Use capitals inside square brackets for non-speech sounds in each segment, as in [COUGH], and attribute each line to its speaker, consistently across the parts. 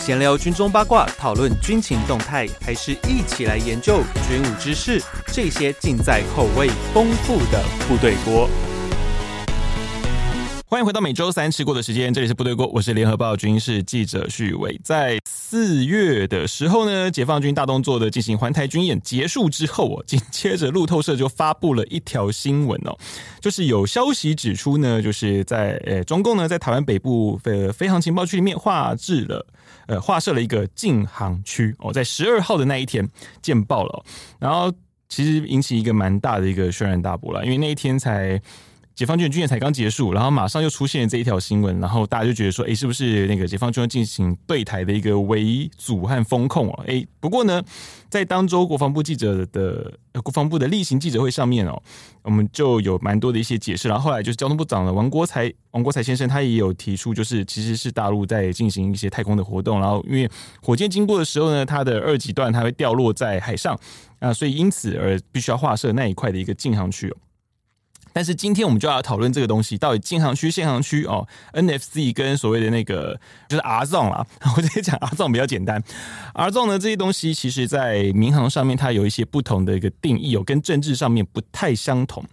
Speaker 1: 闲聊军中八卦，讨论军情动态，还是一起来研究军武知识？这些尽在口味丰富的部队锅。
Speaker 2: 欢迎回到每周三吃过的时间，这里是部队锅，我是联合报军事记者许伟。在四月的时候呢，解放军大动作的进行环台军演结束之后哦，紧接着路透社就发布了一条新闻哦，就是有消息指出呢，就是在呃中共呢在台湾北部的飞航情报区里面画制了呃画设了一个禁航区哦，在十二号的那一天见报了哦、然后其实引起一个蛮大的一个轩然大波了，因为那一天才。解放军的军演才刚结束，然后马上又出现了这一条新闻，然后大家就觉得说，哎、是不是那个解放军要进行对台的一个围阻和风控哦？哎、不过呢，在当周国防部记者的、呃国防部的例行记者会上面哦，我们就有蛮多的一些解释。然后后来就是交通部长的王国才，王国才先生他也有提出，就是其实是大陆在进行一些太空的活动，然后因为火箭经过的时候呢，它的二级段它会掉落在海上啊、所以因此而必须要划设那一块的一个禁航区哦。但是今天我们就要讨论这个东西，到底禁航区、限航区哦，NFC 跟所谓的那个就是 R zone 啦， [LAUGHS] 我直接讲 R zone 比较简单。R zone 呢这些东西，其实在民航上面它有一些不同的一个定义哦，跟政治上面不太相同。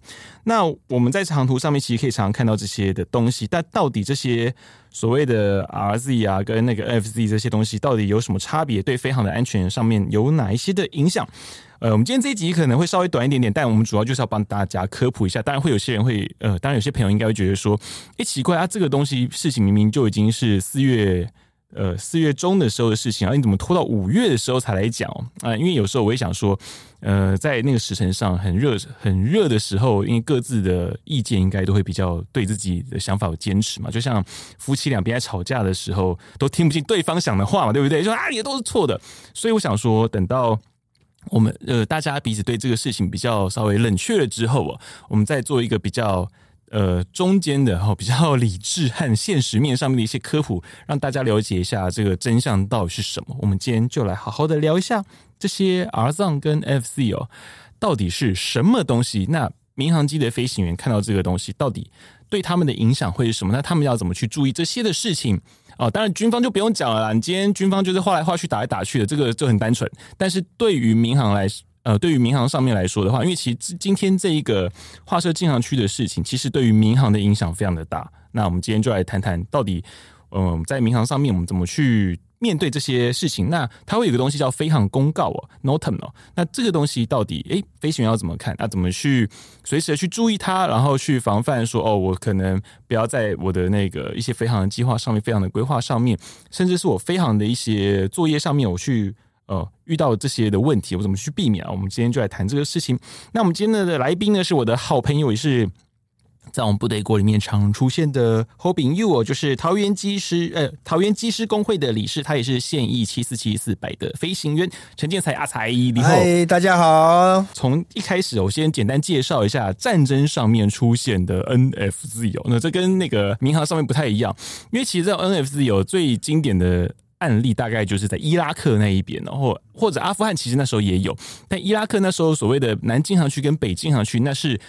Speaker 2: 那我们在长途上面其实可以常常看到这些的东西，但到底这些所谓的 RZ 啊跟那个 FZ 这些东西到底有什么差别？对飞航的安全上面有哪一些的影响？呃，我们今天这一集可能会稍微短一点点，但我们主要就是要帮大家科普一下。当然会有些人会，呃，当然有些朋友应该会觉得说，诶，奇怪啊，这个东西事情明明就已经是四月。呃，四月中的时候的事情，啊，你怎么拖到五月的时候才来讲哦？啊、因为有时候我也想说，呃，在那个时辰上很热很热的时候，因为各自的意见应该都会比较对自己的想法有坚持嘛。就像夫妻两边在吵架的时候，都听不进对方讲的话嘛，对不对？说啊，你都是错的。所以我想说，等到我们呃大家彼此对这个事情比较稍微冷却了之后哦，我们再做一个比较。呃，中间的哈、哦、比较理智和现实面上面的一些科普，让大家了解一下这个真相到底是什么。我们今天就来好好的聊一下这些 R 藏跟 FC 哦，到底是什么东西？那民航机的飞行员看到这个东西，到底对他们的影响会是什么？那他们要怎么去注意这些的事情？哦，当然军方就不用讲了啦，你今天军方就是画来画去、打来打去的，这个就很单纯。但是对于民航来，呃，对于民航上面来说的话，因为其实今今天这一个划设禁航区的事情，其实对于民航的影响非常的大。那我们今天就来谈谈到底，嗯、在民航上面我们怎么去面对这些事情？那它会有一个东西叫飞航公告哦 n o t u m 哦。那这个东西到底，诶，飞行员要怎么看？那怎么去随时的去注意它，然后去防范说，哦，我可能不要在我的那个一些飞航的计划上面、飞航的规划上面，甚至是我飞航的一些作业上面，我去。呃，遇到这些的问题，我怎么去避免啊？我们今天就来谈这个事情。那我们今天的来宾呢，是我的好朋友，也是在我们部队锅里面常出现的 Hobin You 哦，就是桃园机师呃桃园机师工会的理事，他也是现役七四七四百的飞行员陈建才阿才，你好。
Speaker 3: 嗨，大家好。
Speaker 2: 从一开始，我先简单介绍一下战争上面出现的 NFC 哦，那这跟那个民航上面不太一样，因为其实在 NFC 有最经典的。案例大概就是在伊拉克那一边，然后或者阿富汗，其实那时候也有，但伊拉克那时候所谓的南京航区跟北京航区，那是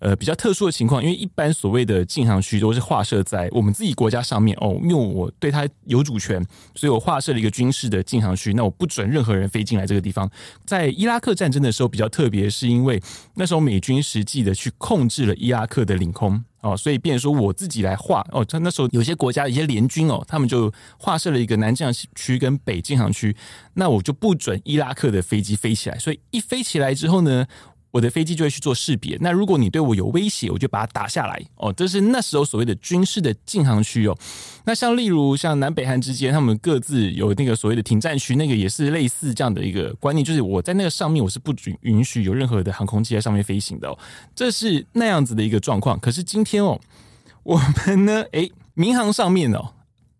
Speaker 2: 呃比较特殊的情况，因为一般所谓的禁航区都是划设在我们自己国家上面哦，因为我对它有主权，所以我划设了一个军事的禁航区，那我不准任何人飞进来这个地方。在伊拉克战争的时候比较特别，是因为那时候美军实际的去控制了伊拉克的领空哦，所以变成说我自己来画哦。他那时候有些国家有些联军哦，他们就划设了一个南禁航区跟北禁航区，那我就不准伊拉克的飞机飞起来，所以一飞起来之后呢。我的飞机就会去做识别。那如果你对我有威胁，我就把它打下来。哦，这是那时候所谓的军事的禁航区哦。那像例如像南北韩之间，他们各自有那个所谓的停战区，那个也是类似这样的一个观念，就是我在那个上面我是不准允许有任何的航空器在上面飞行的、哦，这是那样子的一个状况。可是今天哦，我们呢，诶，民航上面哦。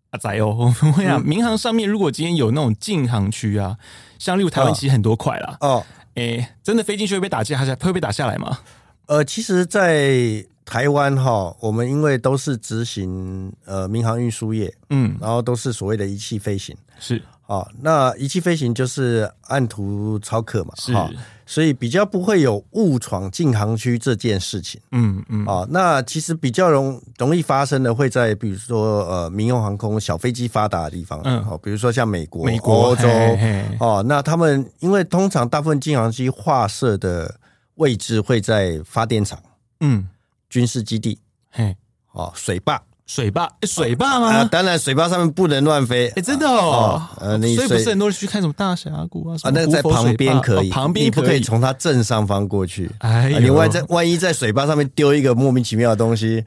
Speaker 2: 阿仔哦，我们会讲，民航上面如果今天有那种禁航区啊，像例如台湾其实很多块啦，
Speaker 3: 哦，
Speaker 2: 诶、真的飞进去会被打下下，会被打下来吗？
Speaker 3: 呃，其实，在台湾哈，我们因为都是执行呃民航运输业，
Speaker 2: 嗯，
Speaker 3: 然后都是所谓的仪器飞行。
Speaker 2: 是，
Speaker 3: 啊、哦，那仪器飞行就是按图操课嘛，
Speaker 2: 是，
Speaker 3: 哈所以比较不会有误闯禁航区这件事情。
Speaker 2: 嗯嗯，
Speaker 3: 哦，那其实比较容容易发生的会在比如说呃民用航空小飞机发达的地方，
Speaker 2: 嗯
Speaker 3: 哦，比如说像美国、
Speaker 2: 美国、
Speaker 3: 欧洲，
Speaker 2: 嘿嘿
Speaker 3: 哦，那他们因为通常大部分禁航机划设的位置会在发电厂、
Speaker 2: 嗯，
Speaker 3: 军事基地、
Speaker 2: 嘿，
Speaker 3: 哦水坝
Speaker 2: 水坝，诶水坝吗？
Speaker 3: 啊、
Speaker 2: 哎、
Speaker 3: 当然水坝上面不能乱飞，
Speaker 2: 真的哦，
Speaker 3: 哦呃你
Speaker 2: 所以不
Speaker 3: 水
Speaker 2: 是很多人去看什么大峡谷啊，什
Speaker 3: 啊，
Speaker 2: 么
Speaker 3: 那个在
Speaker 2: 胡佛
Speaker 3: 旁
Speaker 2: 水
Speaker 3: 边
Speaker 2: 坝
Speaker 3: 可以，
Speaker 2: 哦旁边
Speaker 3: 你不可
Speaker 2: 以
Speaker 3: 以。从它正上方过去。
Speaker 2: 哎呦
Speaker 3: 啊你万一在万一在水坝上面丢一个莫名其妙的
Speaker 2: [LAUGHS]
Speaker 3: 东西，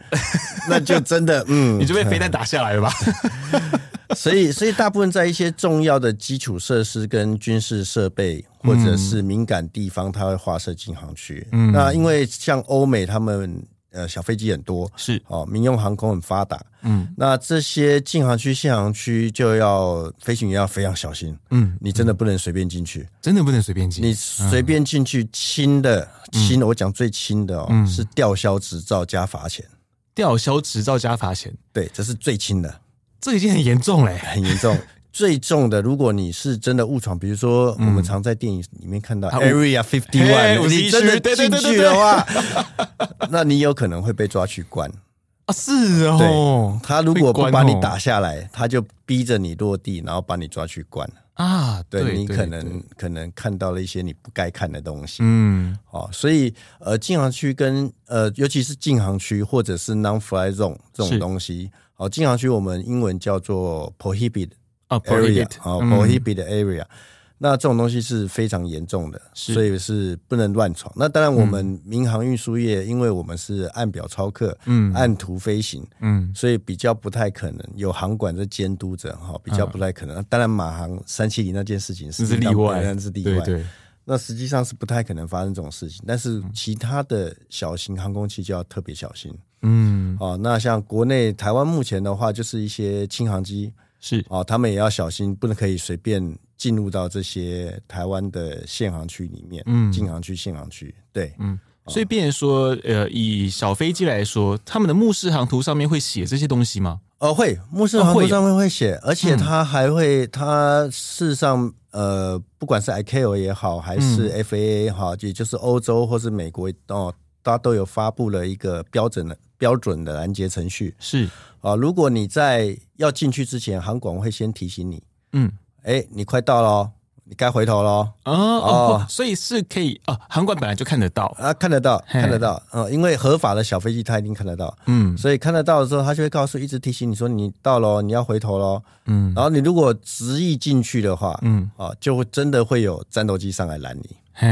Speaker 3: 那就真的嗯，
Speaker 2: 你就被飞弹打下来了吧？
Speaker 3: 所以，所以大部分在一些重要的基础设施跟军事设备，或者是敏感地方，它会划设禁航区。
Speaker 2: 嗯
Speaker 3: 那因为像欧美他们呃小飞机很多，
Speaker 2: [LAUGHS] 是，
Speaker 3: 哦，民用航空很发达，
Speaker 2: 嗯
Speaker 3: 那这些禁航区、限航区就要飞行员要非常小心，
Speaker 2: 嗯，
Speaker 3: 你真的不能随便进去，
Speaker 2: 真的不能随便进。
Speaker 3: 你随便进去轻的轻，我讲最轻的哦，
Speaker 2: 嗯
Speaker 3: 是吊销执照加罚钱，
Speaker 2: 吊销执照加罚钱，
Speaker 3: 对，这是最轻的。
Speaker 2: 这已经很严重欸嘞。
Speaker 3: 很严
Speaker 2: [LAUGHS]
Speaker 3: 重。最重的，如果你是真的误闯，比如说我们常在电影里面看到
Speaker 2: 啊
Speaker 3: Area Fifty
Speaker 2: 嗯嘿
Speaker 3: One，
Speaker 2: 51
Speaker 3: 你真的
Speaker 2: 对对
Speaker 3: 进
Speaker 2: 对
Speaker 3: 去的话， [LAUGHS] 那你有可能会被抓去关。
Speaker 2: 啊，是哦，
Speaker 3: 他如果不
Speaker 2: 会
Speaker 3: 把
Speaker 2: 关哦
Speaker 3: 你打下来，他就逼着你落地，然后把你抓去关。
Speaker 2: 啊，
Speaker 3: 对你可
Speaker 2: 对
Speaker 3: 能可能看到了一些你不该看的东西。
Speaker 2: 嗯
Speaker 3: 哦，所以呃，禁航区跟呃，尤其是禁航区或者是 non-fly zone 这
Speaker 2: 是
Speaker 3: 种东西，哦，禁航区我们英文叫做 prohibit
Speaker 2: 啊
Speaker 3: area
Speaker 2: ，prohibit
Speaker 3: 啊、
Speaker 2: 嗯
Speaker 3: prohibit area，、那这种东西是非常严重的，
Speaker 2: 是
Speaker 3: 所以是不能乱闯。那当然，我们民航运输业，因为我们是按表操课，
Speaker 2: 嗯
Speaker 3: 按图飞行，
Speaker 2: 嗯，
Speaker 3: 所以比较不太可能有航管在监督着哈，比较不太可能。当然，马航三七零那件事情
Speaker 2: 这嗯
Speaker 3: 是
Speaker 2: 是例外，
Speaker 3: 那是例
Speaker 2: 对
Speaker 3: 外。
Speaker 2: 对，
Speaker 3: 那实际上是不太可能发生这种事情，但是其他的小型航空器就要特别小心
Speaker 2: 嗯，
Speaker 3: 哦。那像国内台湾目前的话，就是一些轻航机，
Speaker 2: 是
Speaker 3: 哦，他们也要小心，不能可以随便进入到这些台湾的限航区里面，
Speaker 2: 嗯
Speaker 3: 禁航区、限航区，对，
Speaker 2: 所以，变成说，呃，以小飞机来说，他们的目视航图上面会写这些东西吗？
Speaker 3: 呃，会，牧师
Speaker 2: 哦会嗯
Speaker 3: 航空
Speaker 2: 有
Speaker 3: 上面会写，而且它还会，它事实上，呃，不管是 ICAO 也好，还是
Speaker 2: 嗯
Speaker 3: FAA 也好，也就是欧洲或是美国哦，它都有发布了一个标准的标准的拦截程序
Speaker 2: 是，
Speaker 3: 啊、如果你在要进去之前，航管会先提醒你，
Speaker 2: 嗯，
Speaker 3: 哎，你快到了哦，你该回头了哦。
Speaker 2: 啊哦
Speaker 3: 哦，
Speaker 2: 所以是可以啊，航管本来就看得到，
Speaker 3: 啊，看得到，
Speaker 2: 嘿
Speaker 3: 看得到，嗯，因为合法的小飞机它一定看得到，
Speaker 2: 嗯
Speaker 3: 所以看得到的时候，它就会告诉，一直提醒你说你到喽，你要回头喽。
Speaker 2: 嗯
Speaker 3: 然后你如果执意进去的话，
Speaker 2: 嗯，
Speaker 3: 啊，就会真的会有战斗机上来拦你。
Speaker 2: 嘿，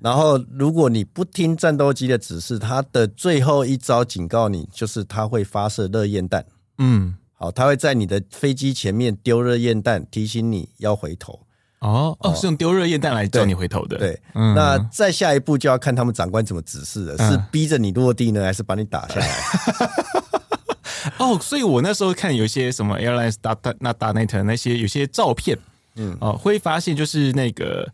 Speaker 3: 然后如果你不听战斗机的指示，它的最后一招警告你，就是它会发射热焰弹，
Speaker 2: 嗯，
Speaker 3: 好，它会在你的飞机前面丢热焰弹，提醒你要回头。
Speaker 2: 哦哦，是用丢热液弹来叫你回头的，
Speaker 3: 对，
Speaker 2: 嗯
Speaker 3: 那再下一步就要看他们长官怎么指示了，是逼着你落地呢，还是把你打下来？
Speaker 2: 哦，所以我那时候看有一些什么 airlines 打打那打 net 那些有些照片，嗯，哦，会发现就是那个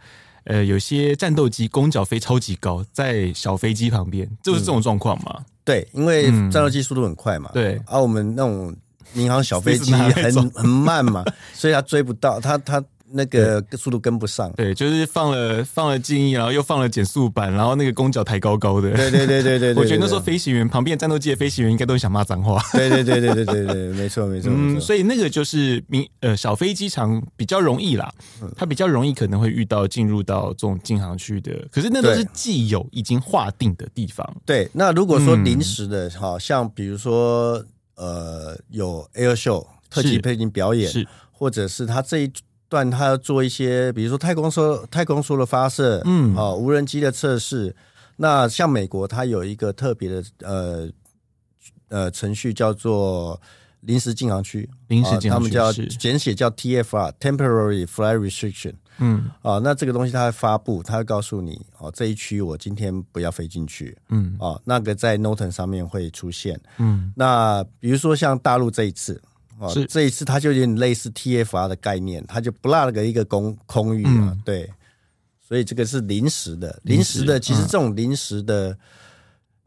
Speaker 2: 呃，有些战斗机弓脚飞超级高，在小飞机旁边，就是这种状况嘛。
Speaker 3: 对，因为
Speaker 2: 嗯
Speaker 3: 战斗机速度很快嘛，
Speaker 2: 对
Speaker 3: 啊，我们那种民航小飞
Speaker 2: 是
Speaker 3: 机
Speaker 2: 哪一种
Speaker 3: 很很慢嘛， [LAUGHS] 所以他追不到，他他那个速度跟不上。
Speaker 2: 对，就是放了放了静音，然后又放了减速板，然后那个弓脚抬高高的。
Speaker 3: 对对对对对对，
Speaker 2: [LAUGHS] 我觉得那时候
Speaker 3: 对
Speaker 2: 飞行员旁边战斗机的飞行员应该都想骂脏话。
Speaker 3: 对对对对对对对，没错没错没
Speaker 2: 嗯，
Speaker 3: 错。
Speaker 2: 所以那个就是民呃小飞机场比较容易啦，
Speaker 3: 嗯
Speaker 2: 它比较容易可能会遇到进入到这种禁航区的，可是那都
Speaker 3: 对
Speaker 2: 是既有已经划定的地方。
Speaker 3: 对，那如果说
Speaker 2: 嗯
Speaker 3: 临时的，好、像比如说呃有 air show 特
Speaker 2: 是
Speaker 3: 技配音表演，
Speaker 2: 是
Speaker 3: 或者是他这一段他要做一些，比如说太空梭太空梭的发射，
Speaker 2: 嗯
Speaker 3: 啊、无人机的测试。那像美国，它有一个特别的呃呃程序叫做临时禁航区，
Speaker 2: 临时禁
Speaker 3: 啊
Speaker 2: 航
Speaker 3: 他
Speaker 2: 区
Speaker 3: 们叫
Speaker 2: 是
Speaker 3: 简写叫 TFR（Temporary Flight Restriction）。
Speaker 2: 嗯
Speaker 3: 啊，那这个东西它会发布，它会告诉你哦，这一区我今天不要飞进去
Speaker 2: 嗯
Speaker 3: 哦，那个在 Noten 上面会出现。
Speaker 2: 嗯，
Speaker 3: 那比如说像大陆这一次，哦
Speaker 2: 是，
Speaker 3: 这一次它就有点类似 TFR 的概念，它就不落了一个空空域啊，对，所以这个是临时的，
Speaker 2: 嗯临
Speaker 3: 临
Speaker 2: 时
Speaker 3: 时的，其实
Speaker 2: 嗯
Speaker 3: 这种临时的。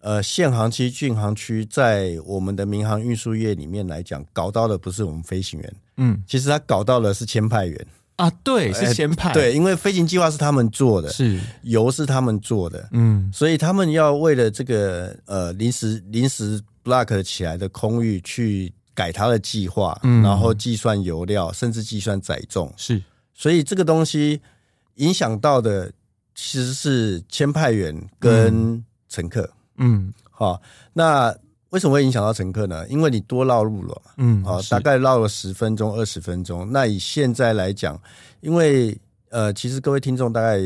Speaker 3: 呃，限航区、禁航区，在我们的民航运输业里面来讲，搞到的不是我们飞行员，
Speaker 2: 嗯
Speaker 3: 其实他搞到的是签派员。
Speaker 2: 啊，对，是先派，
Speaker 3: 哎对，因为飞行计划是他们做的，
Speaker 2: 是，
Speaker 3: 油是他们做的，
Speaker 2: 嗯，
Speaker 3: 所以他们要为了这个呃临时临时 block 起来的空域去改它的计划，
Speaker 2: 嗯
Speaker 3: 然后计算油量，甚至计算载重。
Speaker 2: 是，
Speaker 3: 所以这个东西影响到的其实是签派员跟乘客。
Speaker 2: 嗯
Speaker 3: 好、那为什么会影响到乘客呢？因为你多绕路了嘛，
Speaker 2: 嗯，
Speaker 3: 好、
Speaker 2: 是
Speaker 3: 哦大概绕了十分钟、二十分钟。那以现在来讲，因为呃，其实各位听众大概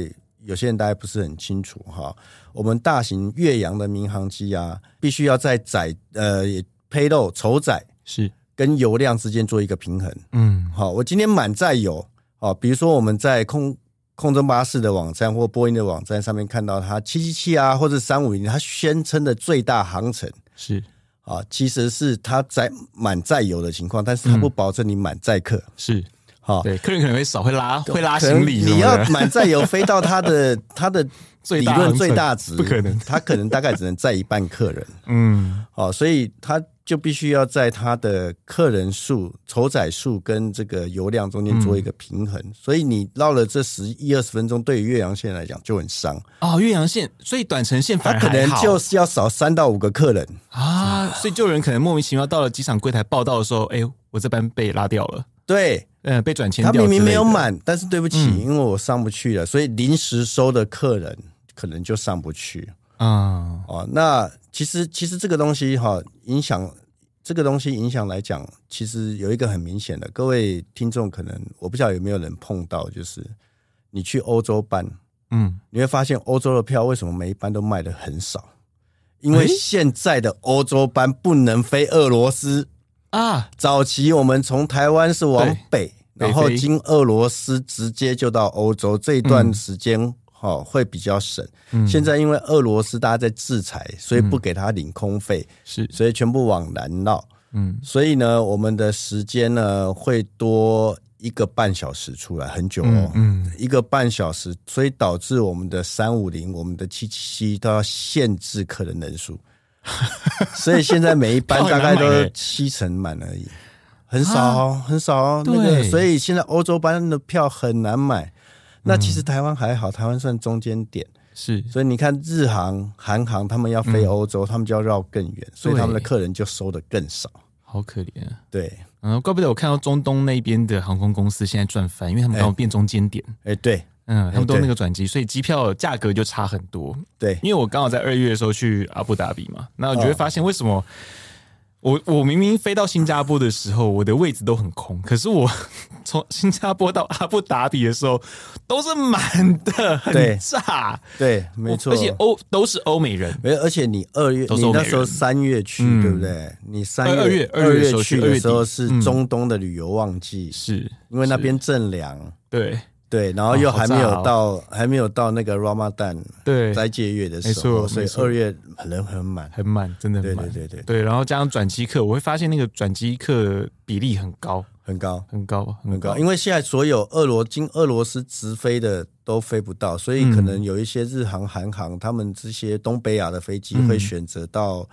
Speaker 3: 有些人大概不是很清楚哈、我们大型越洋的民航机啊，必须要在载呃也 payload 筹载
Speaker 2: 是，
Speaker 3: 跟油量之间做一个平衡。
Speaker 2: 嗯
Speaker 3: 好、我今天满载油，好、比如说我们在空空中巴士的网站或波音的网站上面看到它七七七啊，或者三五零，它宣称的最大航程
Speaker 2: 是
Speaker 3: 啊、其实是它载满载油的情况，但是它不保证你满载客，
Speaker 2: 是，
Speaker 3: 好、
Speaker 2: 嗯对，客人可能会少，会拉会拉
Speaker 3: 哦可能
Speaker 2: 行李什么的，
Speaker 3: 你要满载油飞到它
Speaker 2: [LAUGHS]
Speaker 3: 的它的
Speaker 2: 最
Speaker 3: 理
Speaker 2: 大
Speaker 3: 论
Speaker 2: 航
Speaker 3: 最
Speaker 2: 程
Speaker 3: 大值，
Speaker 2: 不可能
Speaker 3: 它可能大概只能载一半客人，
Speaker 2: 嗯
Speaker 3: 哦，所以它就必须要在它的客人数、筹载数跟这个油量中间
Speaker 2: 嗯
Speaker 3: 做一个平衡。所以你绕了这十一二十分钟，对于岳阳线来讲就很伤，
Speaker 2: 哦，岳阳线，所以短程线
Speaker 3: 它
Speaker 2: 反而
Speaker 3: 可能
Speaker 2: 还好
Speaker 3: 就是要少三到五个客人。
Speaker 2: 啊，所以就有人可能莫名其妙到了机场柜台报到的时候，哎、我这班被拉掉了，
Speaker 3: 对
Speaker 2: 呃，被转签
Speaker 3: 他
Speaker 2: 掉，
Speaker 3: 明明没有
Speaker 2: 满，
Speaker 3: 满，但是对不起，
Speaker 2: 嗯
Speaker 3: 因为我上不去了，所以临时收的客人可能就上不去。
Speaker 2: 啊、
Speaker 3: 哦，那其实其实这个东西哈、影响这个东西影响来讲，其实有一个很明显的，各位听众可能我不晓得有没有人碰到，就是你去欧洲办，
Speaker 2: 嗯，
Speaker 3: 你会发现欧洲的票为什么每一班都卖的很少？因为
Speaker 2: 诶
Speaker 3: 现在的欧洲班不能飞俄罗斯。
Speaker 2: 啊，
Speaker 3: 早期我们从台湾是往北，
Speaker 2: 北
Speaker 3: 然后
Speaker 2: 飞
Speaker 3: 经俄罗斯直接就到欧洲，这一段时间哈、哦会比较省。现在因为俄罗斯大家在制裁，所以不给他领空费，
Speaker 2: 是，
Speaker 3: 所以全部往南绕。
Speaker 2: 嗯，
Speaker 3: 所以呢，我们的时间呢会多一个半小时出来，很久哦，
Speaker 2: 嗯
Speaker 3: 一个半小时，所以导致我们的三五零、我们的七七七都要限制客人
Speaker 2: [LAUGHS]
Speaker 3: 人数，所以现在每一班
Speaker 2: 票很
Speaker 3: 大
Speaker 2: 难
Speaker 3: 概
Speaker 2: 买
Speaker 3: 都
Speaker 2: 欸
Speaker 3: 七成满而已，很少哦、很少、哦。那个，
Speaker 2: 啊对
Speaker 3: 所以现在欧洲班的票很难买。
Speaker 2: 嗯
Speaker 3: 那其实台湾还好，台湾算中间点，
Speaker 2: 是，
Speaker 3: 所以你看日航、韩航他们要飞欧洲，他们就要绕更远，所以他们的
Speaker 2: 嗯对
Speaker 3: 客人就收的更少。
Speaker 2: 好可怜啊，
Speaker 3: 对，
Speaker 2: 嗯，怪不得我看到中东那边的航空公司现在赚翻，因为他们刚好变中间点，
Speaker 3: 哎、对
Speaker 2: 嗯，他们都
Speaker 3: 哎对
Speaker 2: 那个转机，所以机票价格就差很多。
Speaker 3: 对，
Speaker 2: 因为我刚好在二月的时候去阿布达比嘛，那我就会
Speaker 3: 嗯
Speaker 2: 发现为什么我我明明飞到新加坡的时候，我的位置都很空，可是我 [LAUGHS] 从新加坡到阿布达比的时候都是满的，很
Speaker 3: 对
Speaker 2: 炸，
Speaker 3: 对，没
Speaker 2: 我哦
Speaker 3: 错。
Speaker 2: 而且欧都是欧美人，
Speaker 3: 没有，而且你二月，
Speaker 2: 都是
Speaker 3: 你
Speaker 2: 欧美
Speaker 3: 那
Speaker 2: 人
Speaker 3: 时候三月去，对不对？你三
Speaker 2: 呃二月二
Speaker 3: 二
Speaker 2: 月的时候
Speaker 3: 去
Speaker 2: 去二月
Speaker 3: 的时候
Speaker 2: 底
Speaker 3: 是
Speaker 2: 嗯
Speaker 3: 中东的旅游旺季，
Speaker 2: 是
Speaker 3: 因为那边正凉，
Speaker 2: 对
Speaker 3: 对，然后又
Speaker 2: 哦好
Speaker 3: 还没有
Speaker 2: 炸哦
Speaker 3: 到、还没有到那个 Ramadan
Speaker 2: 对，
Speaker 3: 斋戒月的
Speaker 2: 没
Speaker 3: 时
Speaker 2: 错
Speaker 3: 候，所
Speaker 2: 没
Speaker 3: 以
Speaker 2: 错
Speaker 3: 二月人很满。
Speaker 2: 很满，真的很
Speaker 3: 对对
Speaker 2: 满，
Speaker 3: 对对，
Speaker 2: 对，然后加上转机客，我会发现那个转机客比例很高，
Speaker 3: 很高
Speaker 2: 很高，很
Speaker 3: 很
Speaker 2: 高
Speaker 3: 高，，因为现在所有俄罗经俄罗斯直飞的都飞不到，所以可能有一些日航、韩航他们这些东北亚的飞机
Speaker 2: 嗯
Speaker 3: 会选择到、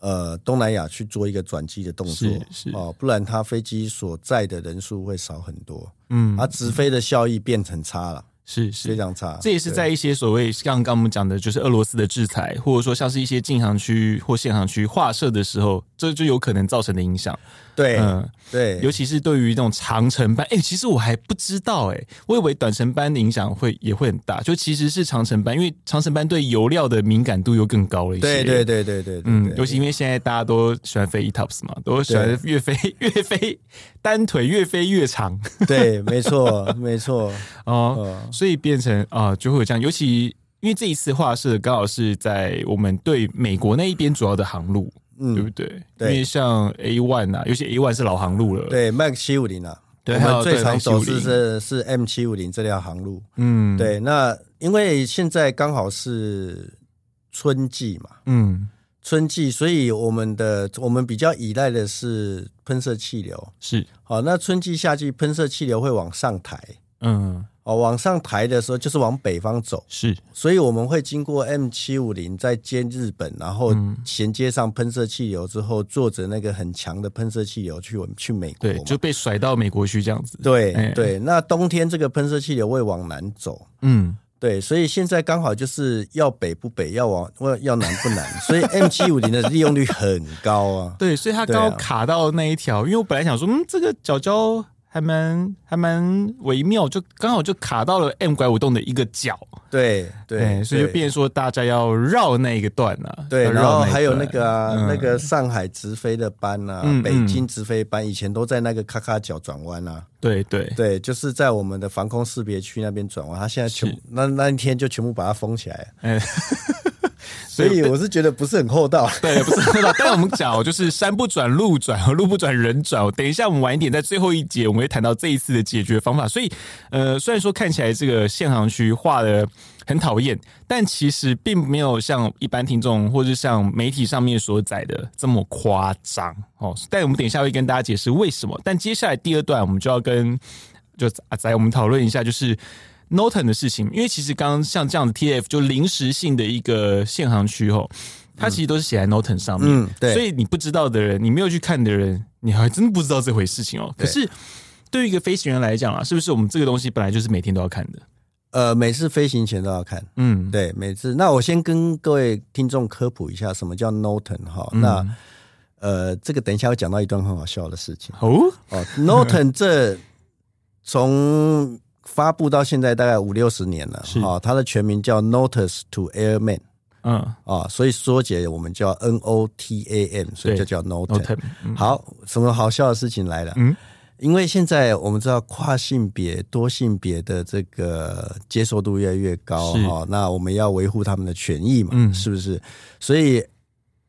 Speaker 3: 呃东南亚去做一个转机的动作
Speaker 2: 是，是
Speaker 3: 哦，不然它飞机所在的人数会少很多，
Speaker 2: 嗯，
Speaker 3: 它直飞的效益变成差了，
Speaker 2: 是是
Speaker 3: 非。常差。
Speaker 2: 这也是在一些所谓像刚刚我们讲的，就是俄罗斯的制裁，或者说像是一些禁航区或限航区划设的时候，这就有可能造成的影响。
Speaker 3: 对
Speaker 2: 嗯，
Speaker 3: 对
Speaker 2: 尤其是对于那种长程班，哎、其实我还不知道、哎，我以为短程班的影响会也会很大，就其实是长程班，因为长程班对油料的敏感度又更高了一些。
Speaker 3: 对对。对对对，
Speaker 2: 嗯
Speaker 3: 对，
Speaker 2: 尤其因为现在大家都喜欢飞 ETOPS 嘛，都喜欢越飞 [LAUGHS] 越飞单腿越飞越长。
Speaker 3: 对，
Speaker 2: [LAUGHS]
Speaker 3: 没错没错，
Speaker 2: 哦，
Speaker 3: 嗯
Speaker 2: 所以变成啊、就会有这样。尤其因为这一次画社刚好是在我们对美国那一边主要的航路，对不
Speaker 3: 嗯，
Speaker 2: 对？
Speaker 3: 对
Speaker 2: 因为像 A one 啊，尤其 A one 是老航路了，，
Speaker 3: 对 Max 七五零啊，
Speaker 2: 对
Speaker 3: 我
Speaker 2: 还有
Speaker 3: 们最
Speaker 2: 对
Speaker 3: 常
Speaker 2: Max
Speaker 3: 走
Speaker 2: 750
Speaker 3: 是是是 M 七五零这条航路。
Speaker 2: 嗯，，
Speaker 3: 对，那因为现在刚好是春季嘛，
Speaker 2: 嗯，
Speaker 3: 春季，所以我们的我们比较依赖的是喷射气流。
Speaker 2: 是，
Speaker 3: 好，那春季、夏季喷射气流会往上抬，
Speaker 2: 嗯，
Speaker 3: 哦，往上抬的时候就是往北方走，
Speaker 2: 是，
Speaker 3: 所以我们会经过 M 七五零，再接日本，然后
Speaker 2: 嗯
Speaker 3: 衔接上喷射气流之后，坐着那个很强的喷射气流去我们去美国
Speaker 2: 对，
Speaker 3: 嘛。
Speaker 2: 就被甩到美国去这样子。，
Speaker 3: 对
Speaker 2: 哎
Speaker 3: 对，那冬天这个喷射气流会往南走，
Speaker 2: 嗯，
Speaker 3: 对，所以现在刚好就是要北不北，要往要要南不南，所以 M 七五零的利用率很高啊。
Speaker 2: 对，所以他
Speaker 3: 对
Speaker 2: 刚
Speaker 3: 啊
Speaker 2: 好卡到那一条，因为我本来想说，嗯，这个角角还蛮还蛮微妙，就刚好就卡到了 M 拐五洞的一个角，
Speaker 3: 对对，
Speaker 2: 哎所以就
Speaker 3: 对
Speaker 2: 变成说大家要绕那一个段啊，
Speaker 3: 对，
Speaker 2: 要
Speaker 3: 然
Speaker 2: 绕
Speaker 3: 后
Speaker 2: 一
Speaker 3: 还有那
Speaker 2: 段
Speaker 3: 个啊、
Speaker 2: 嗯
Speaker 3: 那个上海直飞的班啊，
Speaker 2: 嗯
Speaker 3: 北京直飞班，以前都在那个咔咔角转弯啊，
Speaker 2: 对对
Speaker 3: 对，就是在我们的防空识别区那边转弯，他现在全
Speaker 2: 是
Speaker 3: 那那一天就全部把它封起来， [LAUGHS]
Speaker 2: 哎，
Speaker 3: 所以我是觉得不是很厚道。
Speaker 2: 对，不是很好。但是我们讲哦，就是山不转路转，路不转人转哦。等一下，我们晚一点在最后一节，我们会谈到这一次的解决方法。所以，呃，虽然说看起来这个限航区画的很讨厌，但其实并没有像一般听众或者像媒体上面所载的这么夸张哦。但我们等一下会跟大家解释为什么。但接下来第二段，我们就要跟就阿仔我们讨论一下，就是 Norton 的事情，因为其实刚刚像这样的 TF 就临时性的一个限航区吼，它其实都是写在 Norton 上面，
Speaker 3: 嗯对
Speaker 2: 所以你不知道的人，你没有去看的人，你还真不知道这回事情哦。可
Speaker 3: 对
Speaker 2: 是对于一个飞行员来讲啊，是不是我们这个东西本来就是每天都要看的？
Speaker 3: 呃，每次飞行前都要看，
Speaker 2: 嗯，
Speaker 3: 对，每次。那我先跟各位听众科普一下什么叫 Norton 哈，
Speaker 2: 嗯
Speaker 3: 那呃，这个等一下会讲到一段很好笑的事情
Speaker 2: 哦，
Speaker 3: 哦。Norton 这从发布到现在大概五六十年了
Speaker 2: 是，
Speaker 3: 哦，它的全名叫 Notice to Airman
Speaker 2: 嗯
Speaker 3: 啊、所以缩写我们叫 N O T A M，所以
Speaker 2: 对
Speaker 3: 就叫 Norton。
Speaker 2: ，Norton，嗯
Speaker 3: 好，什么好笑的事情来了？
Speaker 2: 嗯，
Speaker 3: 因为现在我们知道跨性别、多性别的这个接受度越来越高
Speaker 2: 是
Speaker 3: 哈、那我们要维护他们的权益嘛，
Speaker 2: 嗯
Speaker 3: 是不是？所以